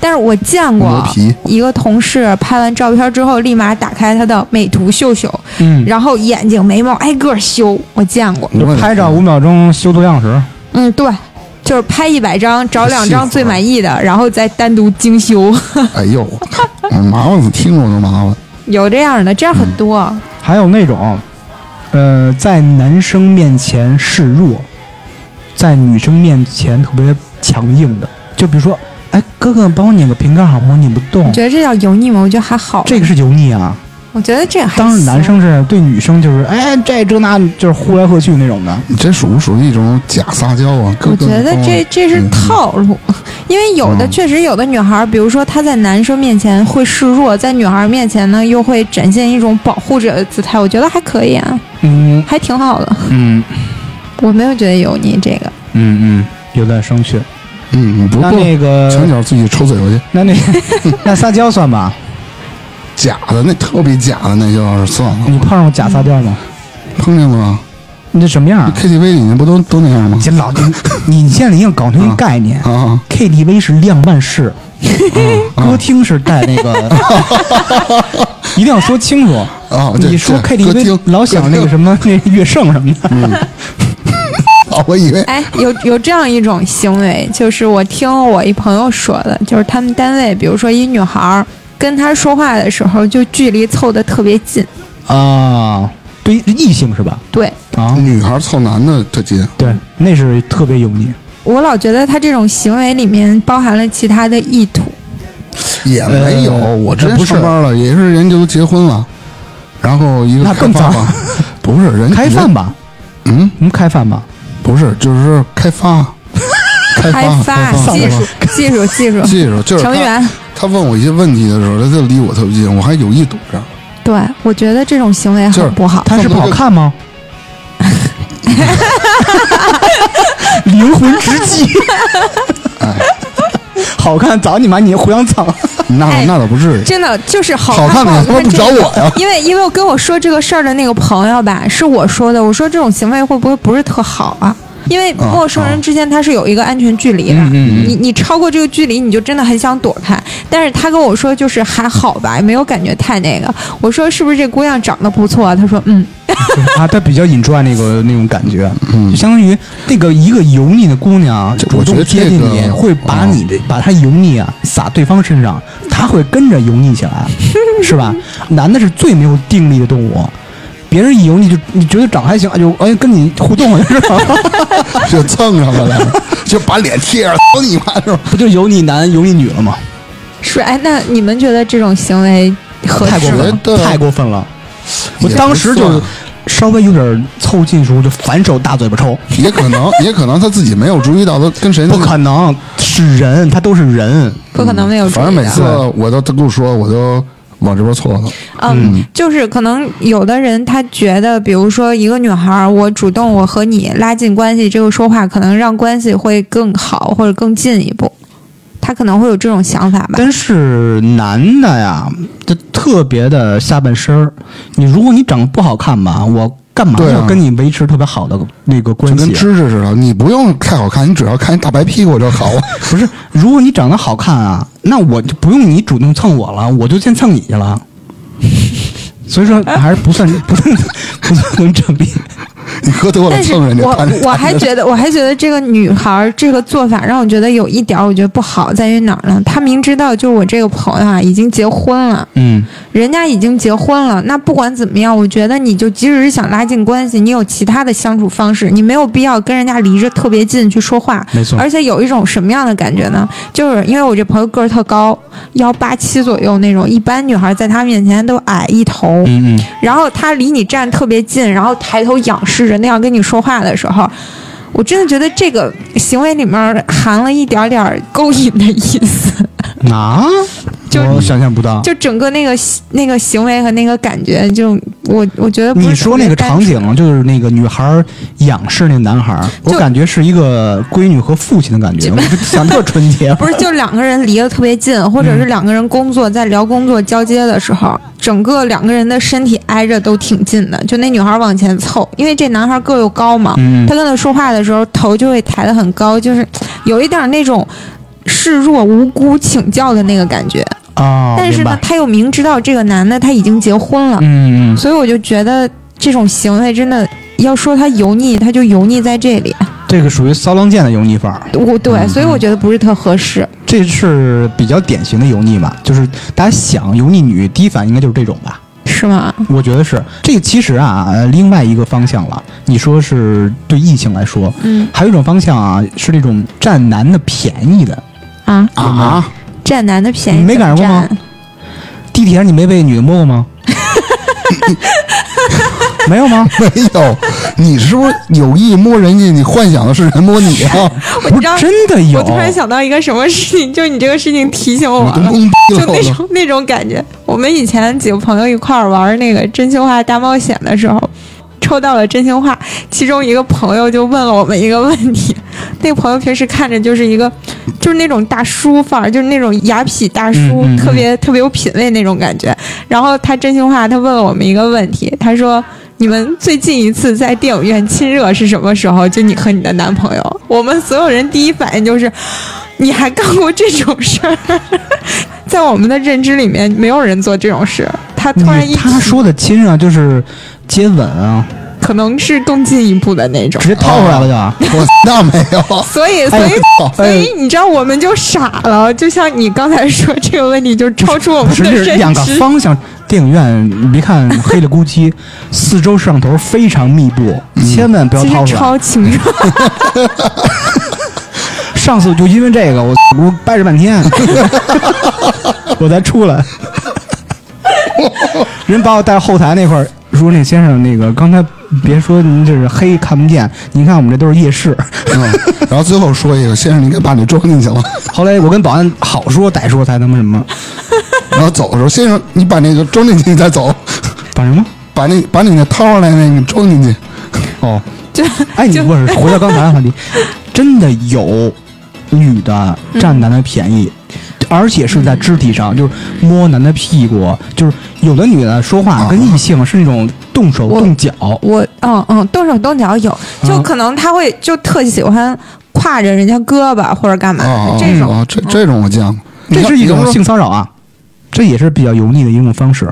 Speaker 1: 但是我见过
Speaker 3: 磨皮
Speaker 1: 一个同事拍完照片之后，立马打开他的美图秀秀，
Speaker 2: 嗯，
Speaker 1: 然后眼睛眉毛挨个修，我见过。
Speaker 3: 我
Speaker 2: 就
Speaker 3: 也
Speaker 2: 拍照五秒钟修图样式。
Speaker 1: 嗯，对。就是拍一百张，找两张
Speaker 3: 幸福啊
Speaker 1: 最满意的，然后再单独精修，
Speaker 3: 哎呦，我靠 麻烦死，听着我都麻烦。
Speaker 1: 有这样的，这样很多。
Speaker 2: 还有那种，呃，在男生面前示弱，在女生面前特别强硬的，就比如说，哎，哥哥帮我拧个瓶盖好吗？我拧不动
Speaker 1: 你，觉得这叫油腻吗？我觉得还好。
Speaker 2: 这个是油腻啊。
Speaker 1: 我觉得这个还
Speaker 2: 当时男
Speaker 1: 行
Speaker 2: 生是对女生就是哎这这那就是呼来喝去那种的，
Speaker 3: 你这属不属于一种假撒娇啊？各
Speaker 1: 我
Speaker 3: 各
Speaker 1: 觉得
Speaker 3: 种
Speaker 1: 这这是套路，因为有的
Speaker 3: 嗯
Speaker 1: 确实有的女孩儿，比如说她在男生面前会示弱，在女孩儿面前呢又会展现一种保护者的姿态，我觉得还可以啊，
Speaker 2: 嗯
Speaker 1: 还挺好的。
Speaker 2: 嗯
Speaker 1: 我没有觉得油腻这个，
Speaker 2: 嗯嗯，有点生气。
Speaker 3: 嗯，不
Speaker 2: 那
Speaker 3: 不，
Speaker 2: 那
Speaker 3: 墙
Speaker 2: 个
Speaker 3: 角自己抽嘴巴去，
Speaker 2: 那 那那撒娇算吧？
Speaker 3: 假的那特别假的那就是算了，
Speaker 2: 你碰上过假撒娇吗？
Speaker 3: 碰见过吗
Speaker 2: 你这什么样啊？
Speaker 3: ？KTV 里面不都都那样吗
Speaker 2: 你？嗯这老 你你现在已经搞成一概念
Speaker 3: 啊啊
Speaker 2: ，KTV 是量办 式，歌厅是带那个， 一定要说清楚。
Speaker 3: 啊！这
Speaker 2: 你说
Speaker 3: 这歌厅
Speaker 2: KTV 老想那个什么 那乐圣什么的，
Speaker 3: 么，哦我以为
Speaker 1: 哎，有有这样一种行为，就是我听我一朋友说的，就是他们单位，比如说一女孩儿跟他说话的时候，就距离凑得特别近，
Speaker 2: 啊，对异性是吧？
Speaker 1: 对。
Speaker 2: 啊，
Speaker 3: 女孩凑男的特近，
Speaker 2: 对，那是特别油腻。
Speaker 1: 我老觉得他这种行为里面包含了其他的意图，
Speaker 3: 也没有。
Speaker 2: 呃
Speaker 3: 我之
Speaker 2: 那不
Speaker 3: 前
Speaker 2: 是
Speaker 3: 上班了，也是人家都结婚了，然后一个
Speaker 2: 那
Speaker 3: 开
Speaker 2: 更
Speaker 3: 饭
Speaker 2: 早
Speaker 3: 吧，不是人
Speaker 2: 开饭，吧，
Speaker 3: 人嗯，
Speaker 2: 我们开饭吧，
Speaker 3: 不是，就是开发， 开
Speaker 1: 开发
Speaker 3: 发，发，
Speaker 1: 技术、技术、技术
Speaker 3: 技术，就是
Speaker 1: 成
Speaker 3: 他
Speaker 1: 员。
Speaker 3: 他问我一些问题的时候，他就离我特别近，我还有意躲 着。
Speaker 1: 对，我觉得这种行为
Speaker 3: 就是
Speaker 1: 很不好。
Speaker 2: 他是不好看 吗？灵魂直击，
Speaker 3: 哎，
Speaker 2: 好看早你妈你胡杨藏，
Speaker 3: 那
Speaker 1: 哎
Speaker 3: 那倒不至于。
Speaker 1: 真的就是好
Speaker 3: 好看
Speaker 1: 不
Speaker 3: 的
Speaker 1: 好
Speaker 3: 怎么不
Speaker 1: 这
Speaker 3: 找
Speaker 1: 个
Speaker 3: 我呀
Speaker 1: 因为因为我跟我说这个事儿的那个朋友吧，是我说的，我说这种行为会不会不是特好啊？因为陌生
Speaker 3: 啊
Speaker 1: 人之间他是有一个安全距离
Speaker 3: 嗯
Speaker 1: 的，你你超过这个距离，你就真的很想躲开。但是他跟我说就是还好吧，没有感觉太那个。我说是不是这姑娘长得不错啊？他说嗯，
Speaker 2: 啊，他比较引拽那个那种感觉，嗯就相当于那个一个油腻的姑娘
Speaker 3: 这
Speaker 2: 主
Speaker 3: 我觉
Speaker 2: 动
Speaker 3: 得
Speaker 2: 接
Speaker 3: 这
Speaker 2: 近
Speaker 3: 个
Speaker 2: 你，会把
Speaker 3: 嗯
Speaker 2: 你的把她油腻啊撒对方身上，她会跟着油腻起来，是吧？男的是最没有定力的动物。别人一油腻就你觉得长还行，哎就哎跟你互动是吧？
Speaker 3: 就蹭上了 来，就把脸贴上，操你妈是吧？
Speaker 2: 不就油腻男油腻女了吗？
Speaker 1: 是哎，那你们觉得这种行为合
Speaker 2: 太
Speaker 1: 适
Speaker 2: 过分
Speaker 1: 吗？
Speaker 2: 了
Speaker 3: 觉，得
Speaker 2: 太过分了！我
Speaker 3: 也
Speaker 2: 当时
Speaker 3: 不
Speaker 2: 就
Speaker 3: 算
Speaker 2: 是稍微有点凑近的时候，就反手大嘴巴抽。
Speaker 3: 也可能， 也可能他自己没有注意到他跟谁那
Speaker 2: 不
Speaker 3: 个
Speaker 2: 可能是人，他都是人。
Speaker 1: 不可能没有注意啊
Speaker 3: 反正每
Speaker 1: 到
Speaker 3: 次我都他跟我说，我都往这边凑了。
Speaker 1: 嗯，就是可能有的人他觉得，比如说一个女孩儿，我主动我和你拉近关系，这个说话可能让关系会更好或者更进一步，他可能会有这种想法吧。
Speaker 2: 但是男的呀，他特别的下半身儿。你如果你长得不好看吧，我干嘛
Speaker 3: 对啊
Speaker 2: 要跟你维持特别好的那个
Speaker 3: 就
Speaker 2: 关
Speaker 3: 跟
Speaker 2: 系？啊
Speaker 3: 芝芝似的，你不用太好看，你只要看一大白屁股就好了。
Speaker 2: 不是，如果你长得好看啊，那我就不用你主动蹭我了，我就先蹭你去了。 所以说还是不算 不算不算能成立。
Speaker 3: 你喝多了
Speaker 1: 但是
Speaker 3: 蹭人家，
Speaker 1: 我
Speaker 3: 看着
Speaker 1: 我还觉得，我还觉得这个女孩儿这个做法让我觉得有一点，儿，我觉得不好在于哪儿呢？她明知道，就是我这个朋友啊已经结婚了，
Speaker 2: 嗯，
Speaker 1: 人家已经结婚了，那不管怎么样，我觉得你就即使是想拉近关系，你有其他的相处方式，你没有必要跟人家离着特别近去说话。
Speaker 2: 没错
Speaker 1: 而且有一种什么样的感觉呢？就是因为我这朋友个儿特高，幺八七左右那种，一般女孩在她面前都矮一头。
Speaker 2: 嗯嗯，
Speaker 1: 然后她离你站特别近，然后抬头仰视着那样跟你说话的时候。我真的觉得这个行为里面含了一点点儿勾引的意思，
Speaker 2: 啊，
Speaker 1: 就是
Speaker 2: 我想象不到。
Speaker 1: 就整个那个行那个行为和那个感觉，就我我觉得不是
Speaker 2: 你说那个
Speaker 1: 特别单
Speaker 2: 场景，就是那个女孩儿仰视那个男孩儿，我
Speaker 1: 就。
Speaker 2: 感觉是一个闺女和父亲的感觉，我就想特纯洁
Speaker 1: 不是，就两个人离得特别近，或者是两个人工作在聊工作交接的时
Speaker 2: 嗯
Speaker 1: 候，整个两个人的身体挨着都挺近的。就那女孩往前凑，因为这男孩个儿又高嘛，
Speaker 2: 嗯
Speaker 1: 他跟他说话的时候头就会抬得很高，就是有一点那种示弱无辜请教的那个感觉。
Speaker 2: 哦，
Speaker 1: 但是
Speaker 2: 明
Speaker 1: 呢
Speaker 2: 白，。
Speaker 1: 他又明知道这个男的他已经结婚了，
Speaker 2: 嗯嗯，
Speaker 1: 所以我就觉得这种行为真的要说他油腻，他就油腻在这里。啊
Speaker 2: 这个属于骚浪贱的油腻范儿，
Speaker 1: 我对，所以
Speaker 2: 嗯
Speaker 1: 我觉得不是特合适。
Speaker 2: 这是比较典型的油腻吧？就是大家想油腻女，第一反应应该就是这种吧？
Speaker 1: 是吗？
Speaker 2: 我觉得是。这个其实啊，呃另外一个方向了。你说是对异性来说，
Speaker 1: 嗯
Speaker 2: 还有一种方向啊，是那种占男的便宜的。
Speaker 1: 啊，
Speaker 3: 啊，
Speaker 1: 占男的便宜，
Speaker 2: 你没赶上过吗
Speaker 1: 怎么占？
Speaker 2: 地铁上你没被女的摸过吗？没有吗？
Speaker 3: 没有，你是不是有意摸人家？你幻想的是人摸你啊？
Speaker 1: 我
Speaker 2: 不
Speaker 1: 知
Speaker 2: 是
Speaker 1: 道
Speaker 2: 真的有
Speaker 1: 我突然想到一个什么事情，就是你这个事情提醒 我
Speaker 3: 我都
Speaker 1: 了，
Speaker 3: 懵逼
Speaker 1: 就
Speaker 3: 了，
Speaker 1: 那
Speaker 3: 我都
Speaker 1: 种那种感觉。我们以前几个朋友一块儿玩那个真心话大冒险的时候，抽到了真心话，其中一个朋友就问了我们一个问题。 那个朋友平时看着就是一个，就是那种大叔范儿，就是那种雅痞大叔，
Speaker 2: 嗯嗯嗯
Speaker 1: 特别特别有品位那种感觉。然后他真心话，他问了我们一个问题，他说：“你们最近一次在电影院亲热是什么时候？就你和你的男朋友。”我们所有人第一反应就是：“你还干过这种事儿？” 在我们的认知里面，没有人做这种事。他突然一
Speaker 2: 你他
Speaker 1: 提
Speaker 2: 说的亲啊，就是接吻啊，
Speaker 1: 可能是更进一步的那种
Speaker 2: 直。接掏出来了就。啊
Speaker 3: 我那没有。
Speaker 1: 所以，所
Speaker 2: 哎
Speaker 1: 以，
Speaker 3: 呦
Speaker 1: 所以你知道，我们就傻了。就像你刚才说这个问题，就超出我
Speaker 2: 不
Speaker 1: 们
Speaker 2: 是，
Speaker 1: 的
Speaker 2: 这是两
Speaker 1: 认
Speaker 2: 个
Speaker 1: 知。
Speaker 2: 方向。电影院，你别看黑了咕叽，四周摄像头非常密布，千万不要
Speaker 1: 其
Speaker 2: 掏
Speaker 1: 实
Speaker 2: 出来。
Speaker 1: 超清楚，
Speaker 2: 上次我就因为这个，我我掰扯半天， 我才出来。人把我带后台那块儿说：“那先生，那个刚才别说您这是黑看不见，您看我们这都是夜视。”
Speaker 3: 嗯，然后最后说一个，先生，你给把你装 进去了。
Speaker 2: 后来我跟保安好说歹说才他妈什么，
Speaker 3: 然后走的时候，先生，你把那个装进去，你再走，
Speaker 2: 把什么？
Speaker 3: 把那把你那掏出来那个装进去。
Speaker 2: 哦，
Speaker 1: 就
Speaker 2: 哎，你
Speaker 1: 就
Speaker 2: 不是回到刚才的 话题，真的有女的占男的便宜，而且是在肢体上，就是摸男的屁股，就是有的女的说话
Speaker 3: 啊
Speaker 2: 跟异性是那种动手
Speaker 1: 我
Speaker 2: 动脚，
Speaker 1: 我嗯嗯，动手动脚有，就
Speaker 2: 嗯
Speaker 1: 可能他会就特喜欢挎着人家胳膊或者干
Speaker 2: 哎
Speaker 1: 嘛、
Speaker 3: 哦
Speaker 1: 这种。
Speaker 3: 哦，这这种我见过，
Speaker 2: 这是一种
Speaker 3: 你看
Speaker 2: 性骚扰啊，这也是比较油腻的一种方式。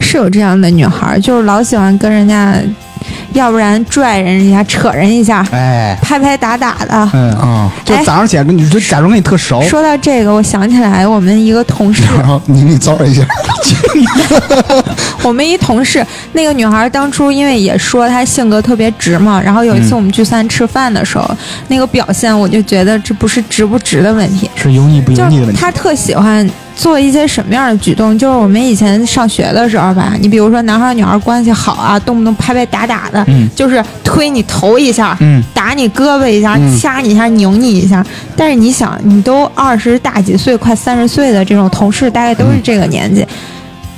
Speaker 1: 是有这样的女孩儿，就是老喜欢跟人家，要不然拽人一下，扯人一下，
Speaker 2: 哎，
Speaker 1: 拍拍打打的。
Speaker 2: 哎，
Speaker 3: 啊。
Speaker 2: 就早上起来跟你就假装跟你特熟，
Speaker 3: 哦
Speaker 1: 说到这个，我想起来我们一个同 事，
Speaker 3: 然后你你遭了一下，
Speaker 1: 我们一同事，那个女孩当初因为也说她性格特别直嘛，然后有一次
Speaker 2: 嗯
Speaker 1: 我们聚餐吃饭的时候，那个表现我就觉得这不是直不直的问题，
Speaker 2: 是油腻不
Speaker 1: 就
Speaker 2: 油腻的
Speaker 1: 是
Speaker 2: 问题。
Speaker 1: 她特喜欢做一些什么样的举动？就是我们以前上学的时候吧，你比如说男孩女孩关系好啊，动不动拍拍打打的，
Speaker 2: 嗯
Speaker 1: 就是推你头一下，
Speaker 2: 嗯，
Speaker 1: 打你胳膊一下，
Speaker 3: 嗯
Speaker 1: 掐你一下，拧你一下。但是你想，你都二十大几岁，快三十岁的这种同事，大概都是这个年纪。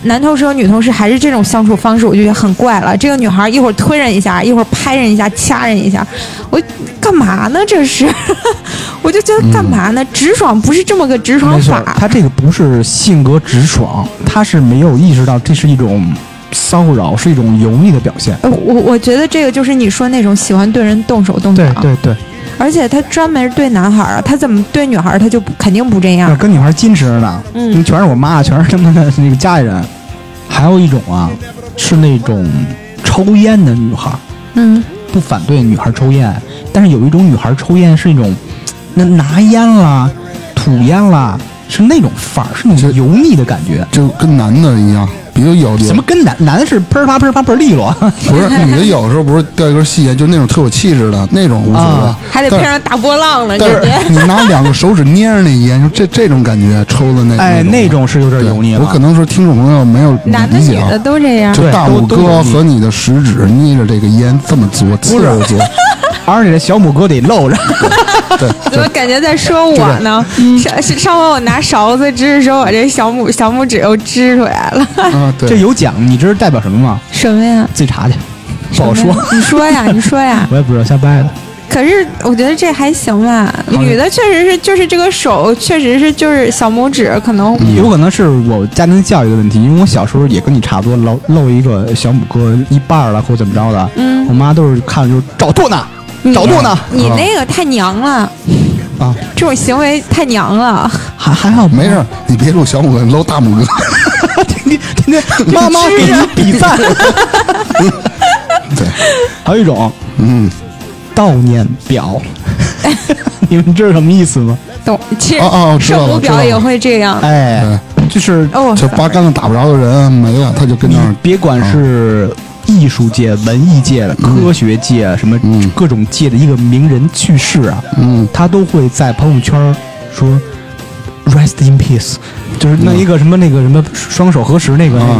Speaker 1: 男同事和女同事还是这种相处方式，我就觉得很怪了。这个女孩一会儿推人一下，一会儿拍人一下，掐人一下，我干嘛呢？这是， 我就觉得干嘛呢？直爽不是这么个直爽
Speaker 2: 嗯没错
Speaker 1: 法，，
Speaker 2: 他这个不是性格直爽，他是没有意识到这是一种骚扰，是一种油腻的表现。
Speaker 1: 呃我我觉得这个就是你说那种喜欢对人动手动脚，
Speaker 2: 对，
Speaker 1: 而且他专门对男孩儿啊，他怎么对女孩儿他就不肯定不这样
Speaker 2: 要。跟女孩矜持着呢，
Speaker 1: 嗯
Speaker 2: 全是我妈，全是他们的那个家里人。还有一种啊，是那种抽烟的女孩，
Speaker 1: 嗯，
Speaker 2: 不反对女孩抽烟，但是有一种女孩抽烟是一种，那拿烟啦、吐烟啦，是那种范儿，是那种
Speaker 3: 是
Speaker 2: 油腻的感觉。
Speaker 3: 就跟男的一样，比如有
Speaker 2: 什么跟男男的是喷儿啪喷儿啪喷儿利落，
Speaker 3: 不是女的有时候不是掉一根细烟，就那种特有气质的那种无所谓
Speaker 2: 啊，
Speaker 1: 还得
Speaker 3: 但
Speaker 1: 配
Speaker 3: 是
Speaker 1: 上大波浪了，
Speaker 3: 但
Speaker 1: 直接。
Speaker 3: 是你拿两个手指捏着那烟，就这这种感觉抽的那
Speaker 2: 哎，那种是有点
Speaker 3: 对
Speaker 2: 油腻了。
Speaker 3: 我可能说听众朋友没有
Speaker 1: 男的
Speaker 3: 理
Speaker 1: 女
Speaker 3: 解啊
Speaker 1: 的，都这样。
Speaker 3: 就
Speaker 2: 嗯对
Speaker 3: 大
Speaker 2: 都
Speaker 3: 拇
Speaker 2: 都油
Speaker 3: 哥
Speaker 2: 腻
Speaker 3: 和你的食指捏着这个烟这么嘬，
Speaker 2: 不
Speaker 3: 不
Speaker 2: 是
Speaker 3: 嘬，
Speaker 2: 而且这小拇哥得露着，
Speaker 3: 对，
Speaker 1: 怎么感觉在说我呢？上上回我拿勺子支的时候，我这小拇小拇指又支出来了。
Speaker 3: 啊
Speaker 2: 这
Speaker 3: 对，
Speaker 2: 有奖，你知道代表什么吗？
Speaker 1: 什么呀？
Speaker 2: 自己查去，不好说，
Speaker 1: 你说呀，你说呀。
Speaker 2: 我也不知道，瞎掰的。
Speaker 1: 可是我觉得这还行吧。女的确实是，就是这个手，确实是就是小拇指，可能
Speaker 2: 有可能是我家庭教育的问题，因为我小时候也跟你差不多，露露一个小拇哥一半儿了或怎么着的。
Speaker 1: 嗯
Speaker 2: 我妈都是看着就是找剁呢，
Speaker 1: 你
Speaker 2: 找剁呢
Speaker 1: 你那个太娘了，
Speaker 2: 啊，
Speaker 1: 这种行为太娘了。
Speaker 2: 还还好
Speaker 3: 没事儿，你别录小拇哥，你露大拇哥，
Speaker 2: 儿，天天天天妈 妈给你比赞。
Speaker 3: 对，
Speaker 2: 还有一种
Speaker 3: 嗯，
Speaker 2: 悼念 表，你们知道什么意思吗？
Speaker 1: 懂？其实
Speaker 3: 哦哦知道
Speaker 1: 手
Speaker 3: 了
Speaker 1: 舞
Speaker 3: 知道
Speaker 1: 表也
Speaker 3: 了
Speaker 1: 会这样。
Speaker 2: 哎，就是
Speaker 1: 哦，
Speaker 3: 就八竿子打不着的人没了，他就跟
Speaker 2: 你
Speaker 3: 那儿
Speaker 2: 别管
Speaker 3: 哦
Speaker 2: 是艺术界、文艺界的、科学界什么
Speaker 3: 嗯
Speaker 2: 各种界的一个名人去世啊，
Speaker 3: 嗯
Speaker 2: 他都会在朋友圈说 “rest in peace”，就是
Speaker 3: 嗯
Speaker 2: 弄一个什么那个什么双手合十那
Speaker 3: 哦
Speaker 2: 个那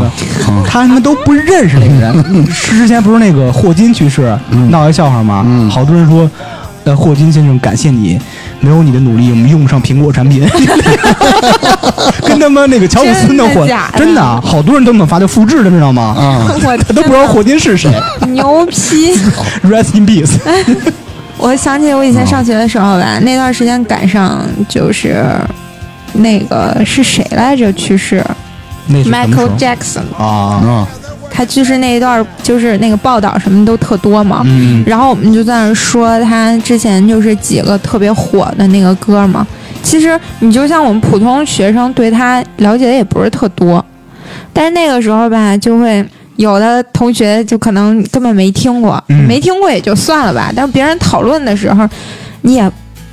Speaker 2: 个，他们都不认识那个 人。之前不是那个霍金去世啊闹一笑话吗？
Speaker 3: 嗯
Speaker 2: 好多人说，呃，霍金先生感谢你，没有你的努力，我们用不上苹果产品。 跟他妈那个乔布斯弄混
Speaker 1: 真的假，的
Speaker 2: 真的啊，好多人都那么发，就复制的，知道吗？
Speaker 3: 啊，
Speaker 1: 我
Speaker 2: 他都不知道霍金是谁。
Speaker 1: 天哪牛批！
Speaker 2: Rest in peace。
Speaker 1: 我想起我以前上学的时候吧，那段时间赶上就是那个是谁来着去世
Speaker 2: 那是什么时候
Speaker 1: ？Michael Jackson，
Speaker 2: 啊，
Speaker 3: 啊，
Speaker 1: 他去世那一段儿就是那个报道什么都特多嘛。
Speaker 2: 嗯，
Speaker 1: 然后我们就在那儿说他之前就是几个特别火的那个歌嘛。其实你就像我们普通学生对他了解的也不是特多，但是那个时候吧，就会有的同学就可能根本没听过，
Speaker 2: 嗯
Speaker 1: 没听过也就算了吧。但是别人讨论的时候，你也。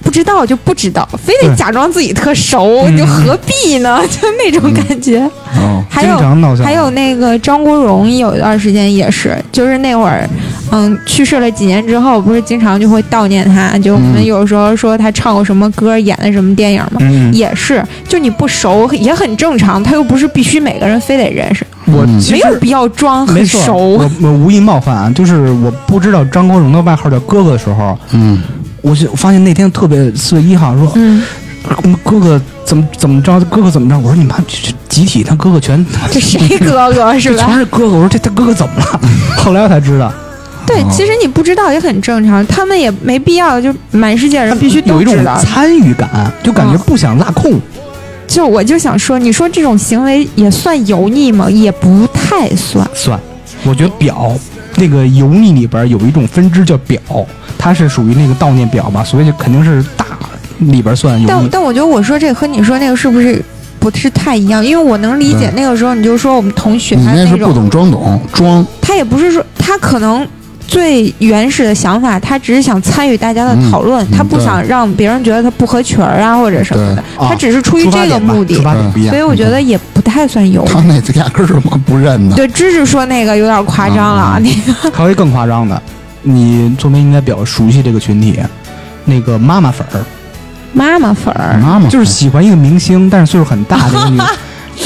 Speaker 1: 不知道就不知道，非得
Speaker 2: 对
Speaker 1: 假装自己特熟，
Speaker 2: 嗯
Speaker 1: 就何必呢？ 就那种感觉。
Speaker 3: 哦，
Speaker 1: 还有
Speaker 2: 经常闹笑话
Speaker 1: 还有那个张国荣有一段时间也是，就是那会儿，嗯，去世了几年之后，不是经常就会悼念他，就我们
Speaker 3: 嗯
Speaker 1: 有时候说他唱过什么歌，演的什么电影嘛。
Speaker 2: 嗯，
Speaker 1: 也是，就你不熟也很正常，他又不是必须每个人非得认识，
Speaker 2: 我
Speaker 3: 嗯
Speaker 2: 其
Speaker 1: 没
Speaker 2: 实
Speaker 1: 有必要装
Speaker 2: 没
Speaker 1: 很
Speaker 2: 错，
Speaker 1: 熟。
Speaker 2: 我我无意冒犯啊，就是我不知道张国荣的外号叫哥哥的时候，
Speaker 3: 嗯，
Speaker 2: 我就发现那天特别四月一号说，
Speaker 1: 嗯，
Speaker 2: 哥哥怎么怎么着，哥哥怎么着，我说你妈这这集体他哥哥全
Speaker 1: 这谁哥哥是
Speaker 2: 这全
Speaker 1: 吧？
Speaker 2: 是哥哥，我说这他哥哥怎么了？后来我才知道，嗯
Speaker 1: 对，其实你不知道也很正常，他们也没必要，就满世界人必须
Speaker 2: 有
Speaker 1: 都
Speaker 2: 一种
Speaker 1: 知道。
Speaker 2: 参与感，就感觉
Speaker 1: 嗯
Speaker 2: 不想落空。
Speaker 1: 就我就想说，你说这种行为也算油腻吗？也不太算。
Speaker 2: 算，我觉得表那个油腻里边有一种分支叫表，它是属于那个悼念表吧，所以就肯定是大里边算
Speaker 3: 嗯
Speaker 2: 油
Speaker 1: 但
Speaker 2: 腻。
Speaker 1: 但我觉得我说这个和你说那个是不是不是太一样？因为我能理解那个时候，你就说我们同学
Speaker 3: 你
Speaker 1: 啊
Speaker 3: 嗯那是不
Speaker 1: 种，
Speaker 3: 懂装懂，装
Speaker 1: 他也不是说他可能。最原始的想法，他只是想参与大家的讨论，他不
Speaker 3: 嗯对
Speaker 1: 想让别人觉得他不合群儿啊或者什么的，
Speaker 2: 对
Speaker 1: 他只是出于
Speaker 2: 出发
Speaker 1: 这个
Speaker 2: 点吧
Speaker 1: 目的
Speaker 2: 出，发点不一样
Speaker 1: 所以。我觉得也不太算油。
Speaker 3: 嗯他那压根儿是我不认的，
Speaker 1: 对，芝芝说那个有点夸张了，
Speaker 3: 嗯
Speaker 1: 啊，那个
Speaker 2: 嗯还有一更夸张的，你作为应该比较熟悉这个群体，那个妈妈粉儿，
Speaker 1: 妈妈粉儿，
Speaker 3: 妈妈
Speaker 2: 就是喜欢一个明星，但是岁数很大 的那个女，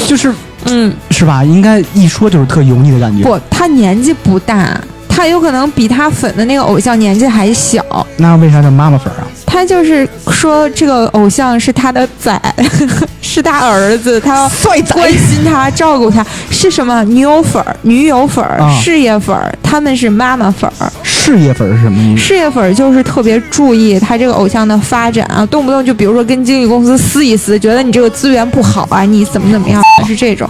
Speaker 2: 就是
Speaker 1: 嗯，
Speaker 2: 是吧？应该一说就是特油腻的感觉。
Speaker 1: 不，他年纪不大，他有可能比他粉的那个偶像年纪还小，
Speaker 2: 那为啥叫妈妈粉儿啊？
Speaker 1: 他就是说这个偶像是他的仔， 是他儿子，他要
Speaker 2: 帅仔
Speaker 1: 关心他、照顾他，是什么女友粉儿、女友粉儿、
Speaker 2: 啊
Speaker 1: 事业粉儿，他们是妈妈粉儿。
Speaker 2: 事业粉儿是什么意思？
Speaker 1: 事业粉儿就是特别注意他这个偶像的发展啊，动不动就比如说跟经纪公司撕一撕，觉得你这个资源不好啊，你怎么怎么样，是这种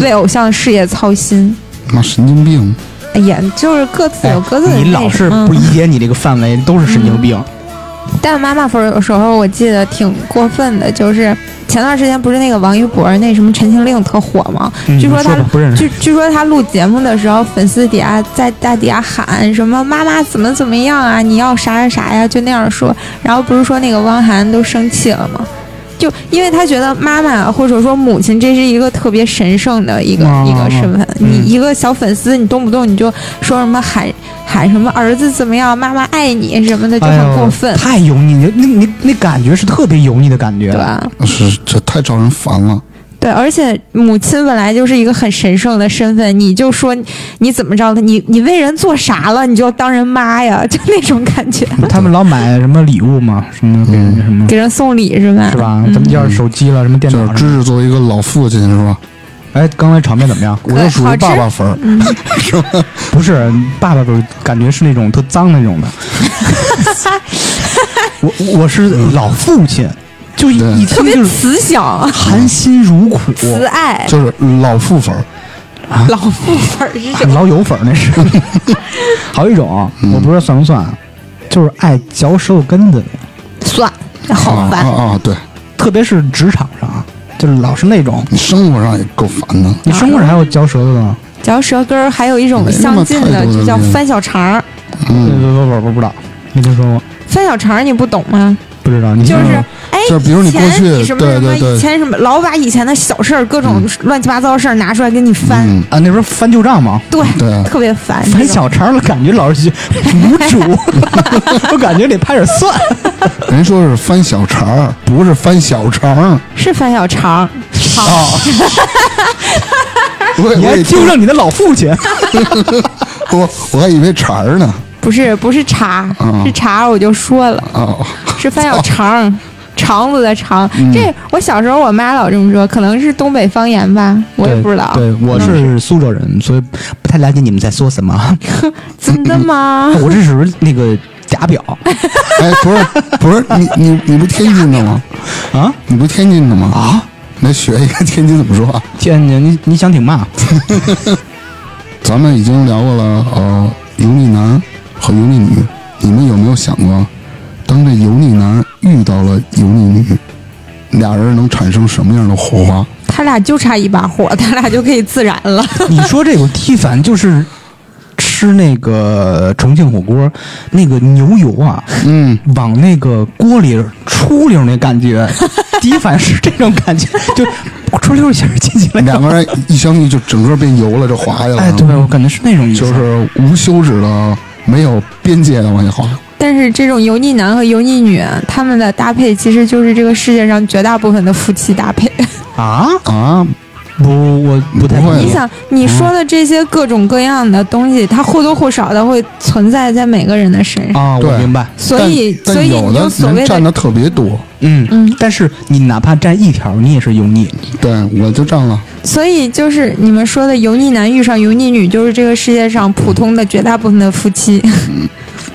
Speaker 1: 为偶像的事业操心。
Speaker 3: 妈神经病，
Speaker 1: 哎呀，就是各自有各自的、啊嗯
Speaker 2: 哎
Speaker 1: 那
Speaker 2: 你老是
Speaker 1: 什么
Speaker 2: 不理解你这个范围，都是神经
Speaker 1: 嗯
Speaker 2: 病。
Speaker 1: 但妈妈粉儿有时候我记得挺过分的，就是前段时间不是那个王一博那什么《陈情令》特火吗？
Speaker 2: 嗯
Speaker 1: 据
Speaker 2: 你
Speaker 1: 他
Speaker 2: 说吧不认识
Speaker 1: 据据说他录节目的时候，粉丝底下在在底下喊什么“妈妈怎么怎么样啊，你要啥啥啥呀”，就那样说。然后不是说那个汪涵都生气了吗？就因为他觉得妈妈或者说母亲，这是一个特别神圣的一个、
Speaker 2: 啊
Speaker 1: 一个身份。
Speaker 2: 嗯
Speaker 1: 你一个小粉丝，你动不动你就说什么喊喊什么儿子怎么样，妈妈爱你什么的，就
Speaker 2: 哎
Speaker 1: 很
Speaker 2: 呦
Speaker 1: 过分。
Speaker 2: 太油腻，那那那那感觉是特别油腻的感觉。
Speaker 1: 对吧？
Speaker 3: 是这太招人烦了。
Speaker 1: 对，而且母亲本来就是一个很神圣的身份，你就说你怎么着的，你你为人做啥了，你就当人妈呀， 就那种感觉，
Speaker 3: 嗯
Speaker 2: 他们老买什么礼物嘛，什么给人家什么，
Speaker 1: 给人送礼是吧？
Speaker 2: 是吧？咱
Speaker 1: 嗯
Speaker 2: 们要是手机了，什么电
Speaker 3: 就
Speaker 2: 脑
Speaker 3: 是
Speaker 2: 什
Speaker 3: 知
Speaker 2: 么，
Speaker 3: 识作为一个老父亲是吧？
Speaker 2: 哎，刚才炒面怎么样？
Speaker 3: 我就属于爸爸粉儿，
Speaker 2: 嗯不是，爸爸不是感觉是那种特脏 那种的。我我是老父亲，就一
Speaker 3: 对
Speaker 2: 一
Speaker 1: 特
Speaker 2: 听
Speaker 1: 别
Speaker 2: 就是
Speaker 1: 慈祥、
Speaker 2: 含辛茹苦，
Speaker 1: 慈爱，
Speaker 3: 就是老父粉儿，
Speaker 1: 老妇粉儿 是什么？
Speaker 2: 老友粉 儿那是。还有一种啊，
Speaker 1: 嗯
Speaker 2: 我不知道算不算啊，就是爱嚼舌头根子的，
Speaker 1: 算，好
Speaker 3: 啊
Speaker 1: 烦。
Speaker 3: 啊啊！对，
Speaker 2: 特别是职场上啊，就是老是那种
Speaker 3: 你生活上也够烦的。
Speaker 2: 你生活上还有嚼舌头的吗？
Speaker 1: 嚼舌根儿还有一种
Speaker 3: 没那
Speaker 1: 相
Speaker 3: 么
Speaker 1: 近
Speaker 3: 太
Speaker 1: 的，
Speaker 3: 多嗯
Speaker 1: 就
Speaker 3: 的
Speaker 1: 叫
Speaker 3: 那个
Speaker 1: 翻小肠儿。
Speaker 2: 不
Speaker 3: 嗯，
Speaker 2: 不不不不知道，没听说过，
Speaker 1: 翻小肠儿你不懂吗？
Speaker 2: 不知道。你
Speaker 1: 就
Speaker 2: 听说
Speaker 1: 是
Speaker 2: 过
Speaker 1: 哎，
Speaker 3: 嗯就是比如
Speaker 1: 以
Speaker 3: 你
Speaker 1: 前
Speaker 3: 过去
Speaker 1: 你什么什么
Speaker 3: 对对对
Speaker 1: 以前什么，老把以前的小事儿、各种乱七八糟的事儿拿出来给你翻，
Speaker 3: 嗯
Speaker 2: 啊，那不是翻旧账吗？
Speaker 1: 对，
Speaker 3: 对
Speaker 1: 特别烦。
Speaker 2: 翻
Speaker 1: 这种
Speaker 2: 小肠了，感觉老是无 主，我感觉得拍点蒜。
Speaker 3: 人说是翻小肠儿，不是翻小肠儿，
Speaker 1: 是翻小肠儿，
Speaker 2: 啊，
Speaker 3: 哦我也
Speaker 2: 你
Speaker 3: 我
Speaker 2: 还
Speaker 3: 也
Speaker 2: 听上你的老父亲？
Speaker 3: 我我还以为茬儿呢。
Speaker 1: 不是不是茶，
Speaker 3: 嗯
Speaker 1: 是茶，我就说了，
Speaker 3: 哦，
Speaker 1: 是翻小肠，肠子的肠。
Speaker 3: 嗯
Speaker 1: 这我小时候我妈老这么说，可能是东北方言吧， 我也不知道。
Speaker 2: 对，我是苏州人，所以不太了解你们在说什么。
Speaker 1: 真的 吗？
Speaker 2: 我这属于那个假 表
Speaker 3: 哎，不是不是，你你你不天津的吗？
Speaker 2: 啊
Speaker 3: 你不天津的吗？
Speaker 2: 啊！
Speaker 3: 来学一个天津怎么说啊？
Speaker 2: 天津，你你想 挺嘛？
Speaker 3: 咱们已经聊过了，呃，油腻男和油腻女，你们有没有想过，当这油腻男遇到了油腻女，俩人能产生什么样的火花？
Speaker 1: 他俩就差一把火，他俩就可以自燃了。
Speaker 2: 你说这个踢反就是吃那个重庆火锅那个牛油啊，
Speaker 3: 嗯，
Speaker 2: 往那个锅里出溜那感觉，迪反是这种感觉，就出溜一下进去了。
Speaker 3: 两个人一相遇就整个变油了，就滑下来了，
Speaker 2: 哎，对，我感觉是那种意思，
Speaker 3: 就是无休止的、没有边界的往下滑。
Speaker 1: 但是这种油腻男和油腻女，他们的搭配其实就是这个世界上绝大部分的夫妻搭配。
Speaker 3: 嗯
Speaker 2: 啊，
Speaker 3: 啊，
Speaker 2: 不，我不太
Speaker 3: 不会
Speaker 2: 同
Speaker 3: 对
Speaker 2: 意
Speaker 1: 你想，你说的这些各种各样的东西，它或多或少的会存在在每个人的身上，
Speaker 2: 啊，我
Speaker 3: 对
Speaker 2: 明白，
Speaker 1: 所以，
Speaker 3: 哦
Speaker 1: 所
Speaker 3: 但但
Speaker 1: 以
Speaker 3: 有
Speaker 1: 你
Speaker 3: 的
Speaker 1: 就所
Speaker 3: 人
Speaker 1: 谓
Speaker 3: 占
Speaker 1: 的
Speaker 3: 的特别多，
Speaker 2: 嗯
Speaker 1: 嗯
Speaker 2: 但是你哪怕占一条，你也是油腻，
Speaker 3: 对我就占了。
Speaker 1: 所以就是你们说的油腻男遇上油腻女，就是这个世界上普通的绝大部分的夫妻。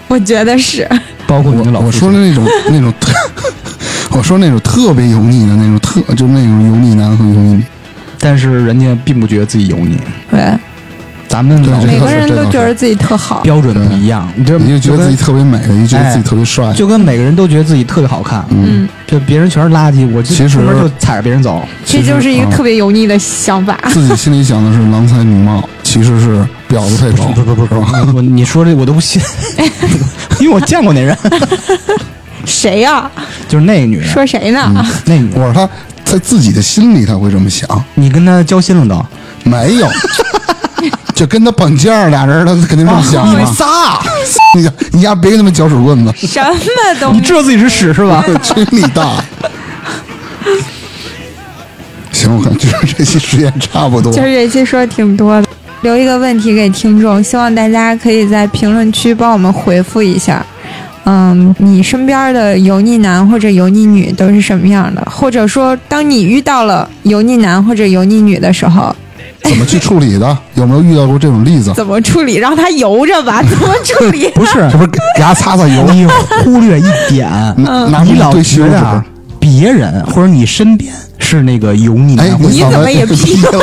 Speaker 1: 我觉得是，
Speaker 2: 包括你的老
Speaker 3: 我我
Speaker 2: 父亲
Speaker 3: 说的 那种那种特， 我说那种特别油腻的那种特，就是那种油腻男和油腻女。
Speaker 2: 但是人家并不觉得自己油腻，
Speaker 1: 对，
Speaker 2: 咱们
Speaker 3: 对
Speaker 2: 老
Speaker 3: 这
Speaker 1: 每
Speaker 3: 倒
Speaker 1: 个
Speaker 3: 是
Speaker 1: 人
Speaker 3: 这
Speaker 1: 都
Speaker 3: 倒
Speaker 1: 觉
Speaker 3: 是
Speaker 1: 得自己特好。
Speaker 2: 标准不一样，你这
Speaker 3: 你就觉得自己
Speaker 2: 跟
Speaker 3: 特别美，你就觉得自己特别帅。
Speaker 2: 哎就跟每个人都觉得自己特别好看，
Speaker 1: 嗯，
Speaker 2: 就别人全是垃圾，我就
Speaker 3: 其实
Speaker 2: 出门就踩着别人走，
Speaker 1: 这嗯就是一个
Speaker 3: 啊
Speaker 1: 特别油腻的想法。
Speaker 3: 自己心里想的是郎才女貌，其实是婊子配
Speaker 2: 不
Speaker 3: 狗。
Speaker 2: 不不不不，我你说这我都不 信，因为我见过那人，
Speaker 1: 谁呀、
Speaker 2: 就是那女人，
Speaker 1: 说谁呢？
Speaker 2: 那女人，
Speaker 3: 我说他在自己的心里他会这么想，
Speaker 2: 你跟她交心了都？
Speaker 3: 没有，就跟他绑架儿俩人，他肯定这么想
Speaker 2: 你们
Speaker 3: 嘛。
Speaker 2: 仨，
Speaker 3: 你呀你丫别跟他们搅屎棍子，
Speaker 1: 什么都
Speaker 2: 你知道自己是屎是吧？
Speaker 3: 真力大。行，我看就是这期时间差
Speaker 2: 嗯
Speaker 3: 不多。
Speaker 1: 今儿这期说的挺多的，留一个问题给听众，希望大家可以在评论区帮我们回复一下。嗯，你身边的油腻男或者油腻女都是什么样的？或者说，当你遇到了油腻男或者油腻女的时候，
Speaker 3: 怎么去处理的？有没有遇到过这种例子？
Speaker 1: 怎么处理？让他油着吧，怎么处理？
Speaker 2: 不是
Speaker 3: 是，不是给牙擦擦油？
Speaker 2: 你忽略一 点，
Speaker 3: 拿
Speaker 1: 嗯
Speaker 3: 拿
Speaker 2: 你
Speaker 3: 出
Speaker 2: 老
Speaker 3: 对
Speaker 2: 觉
Speaker 3: 羞
Speaker 2: 得
Speaker 3: 耻
Speaker 2: 啊。别人或者你身边是那个油腻
Speaker 3: 哎
Speaker 2: 男，，
Speaker 1: 你
Speaker 3: 嗓
Speaker 1: 怎
Speaker 3: 子
Speaker 1: 么也劈
Speaker 3: 了？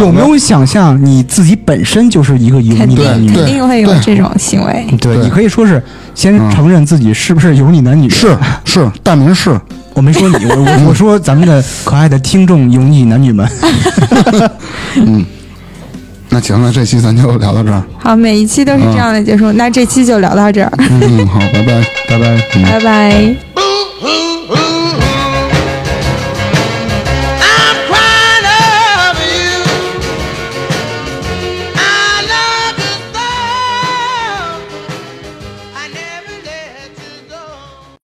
Speaker 2: 有没有想象你自己本身就是一个油
Speaker 1: 肯
Speaker 2: 腻
Speaker 1: 定
Speaker 2: 男女？
Speaker 1: 肯定会有
Speaker 3: 对
Speaker 1: 这种行为。
Speaker 2: 对
Speaker 3: 对
Speaker 2: 你可以说是先
Speaker 3: 嗯
Speaker 2: 承认自己是不是嗯油腻男女，
Speaker 3: 是是，大明是
Speaker 2: 我没说你，我我我说咱们的可爱的听众油腻男女们，
Speaker 3: 那行了，这期咱就聊到这儿。
Speaker 1: 好，每一期都是这样的
Speaker 2: 嗯
Speaker 1: 结束。那这期就聊到这儿，
Speaker 3: 嗯，好，拜拜。
Speaker 2: 拜拜。
Speaker 1: 拜拜。
Speaker 4: Boo hoo.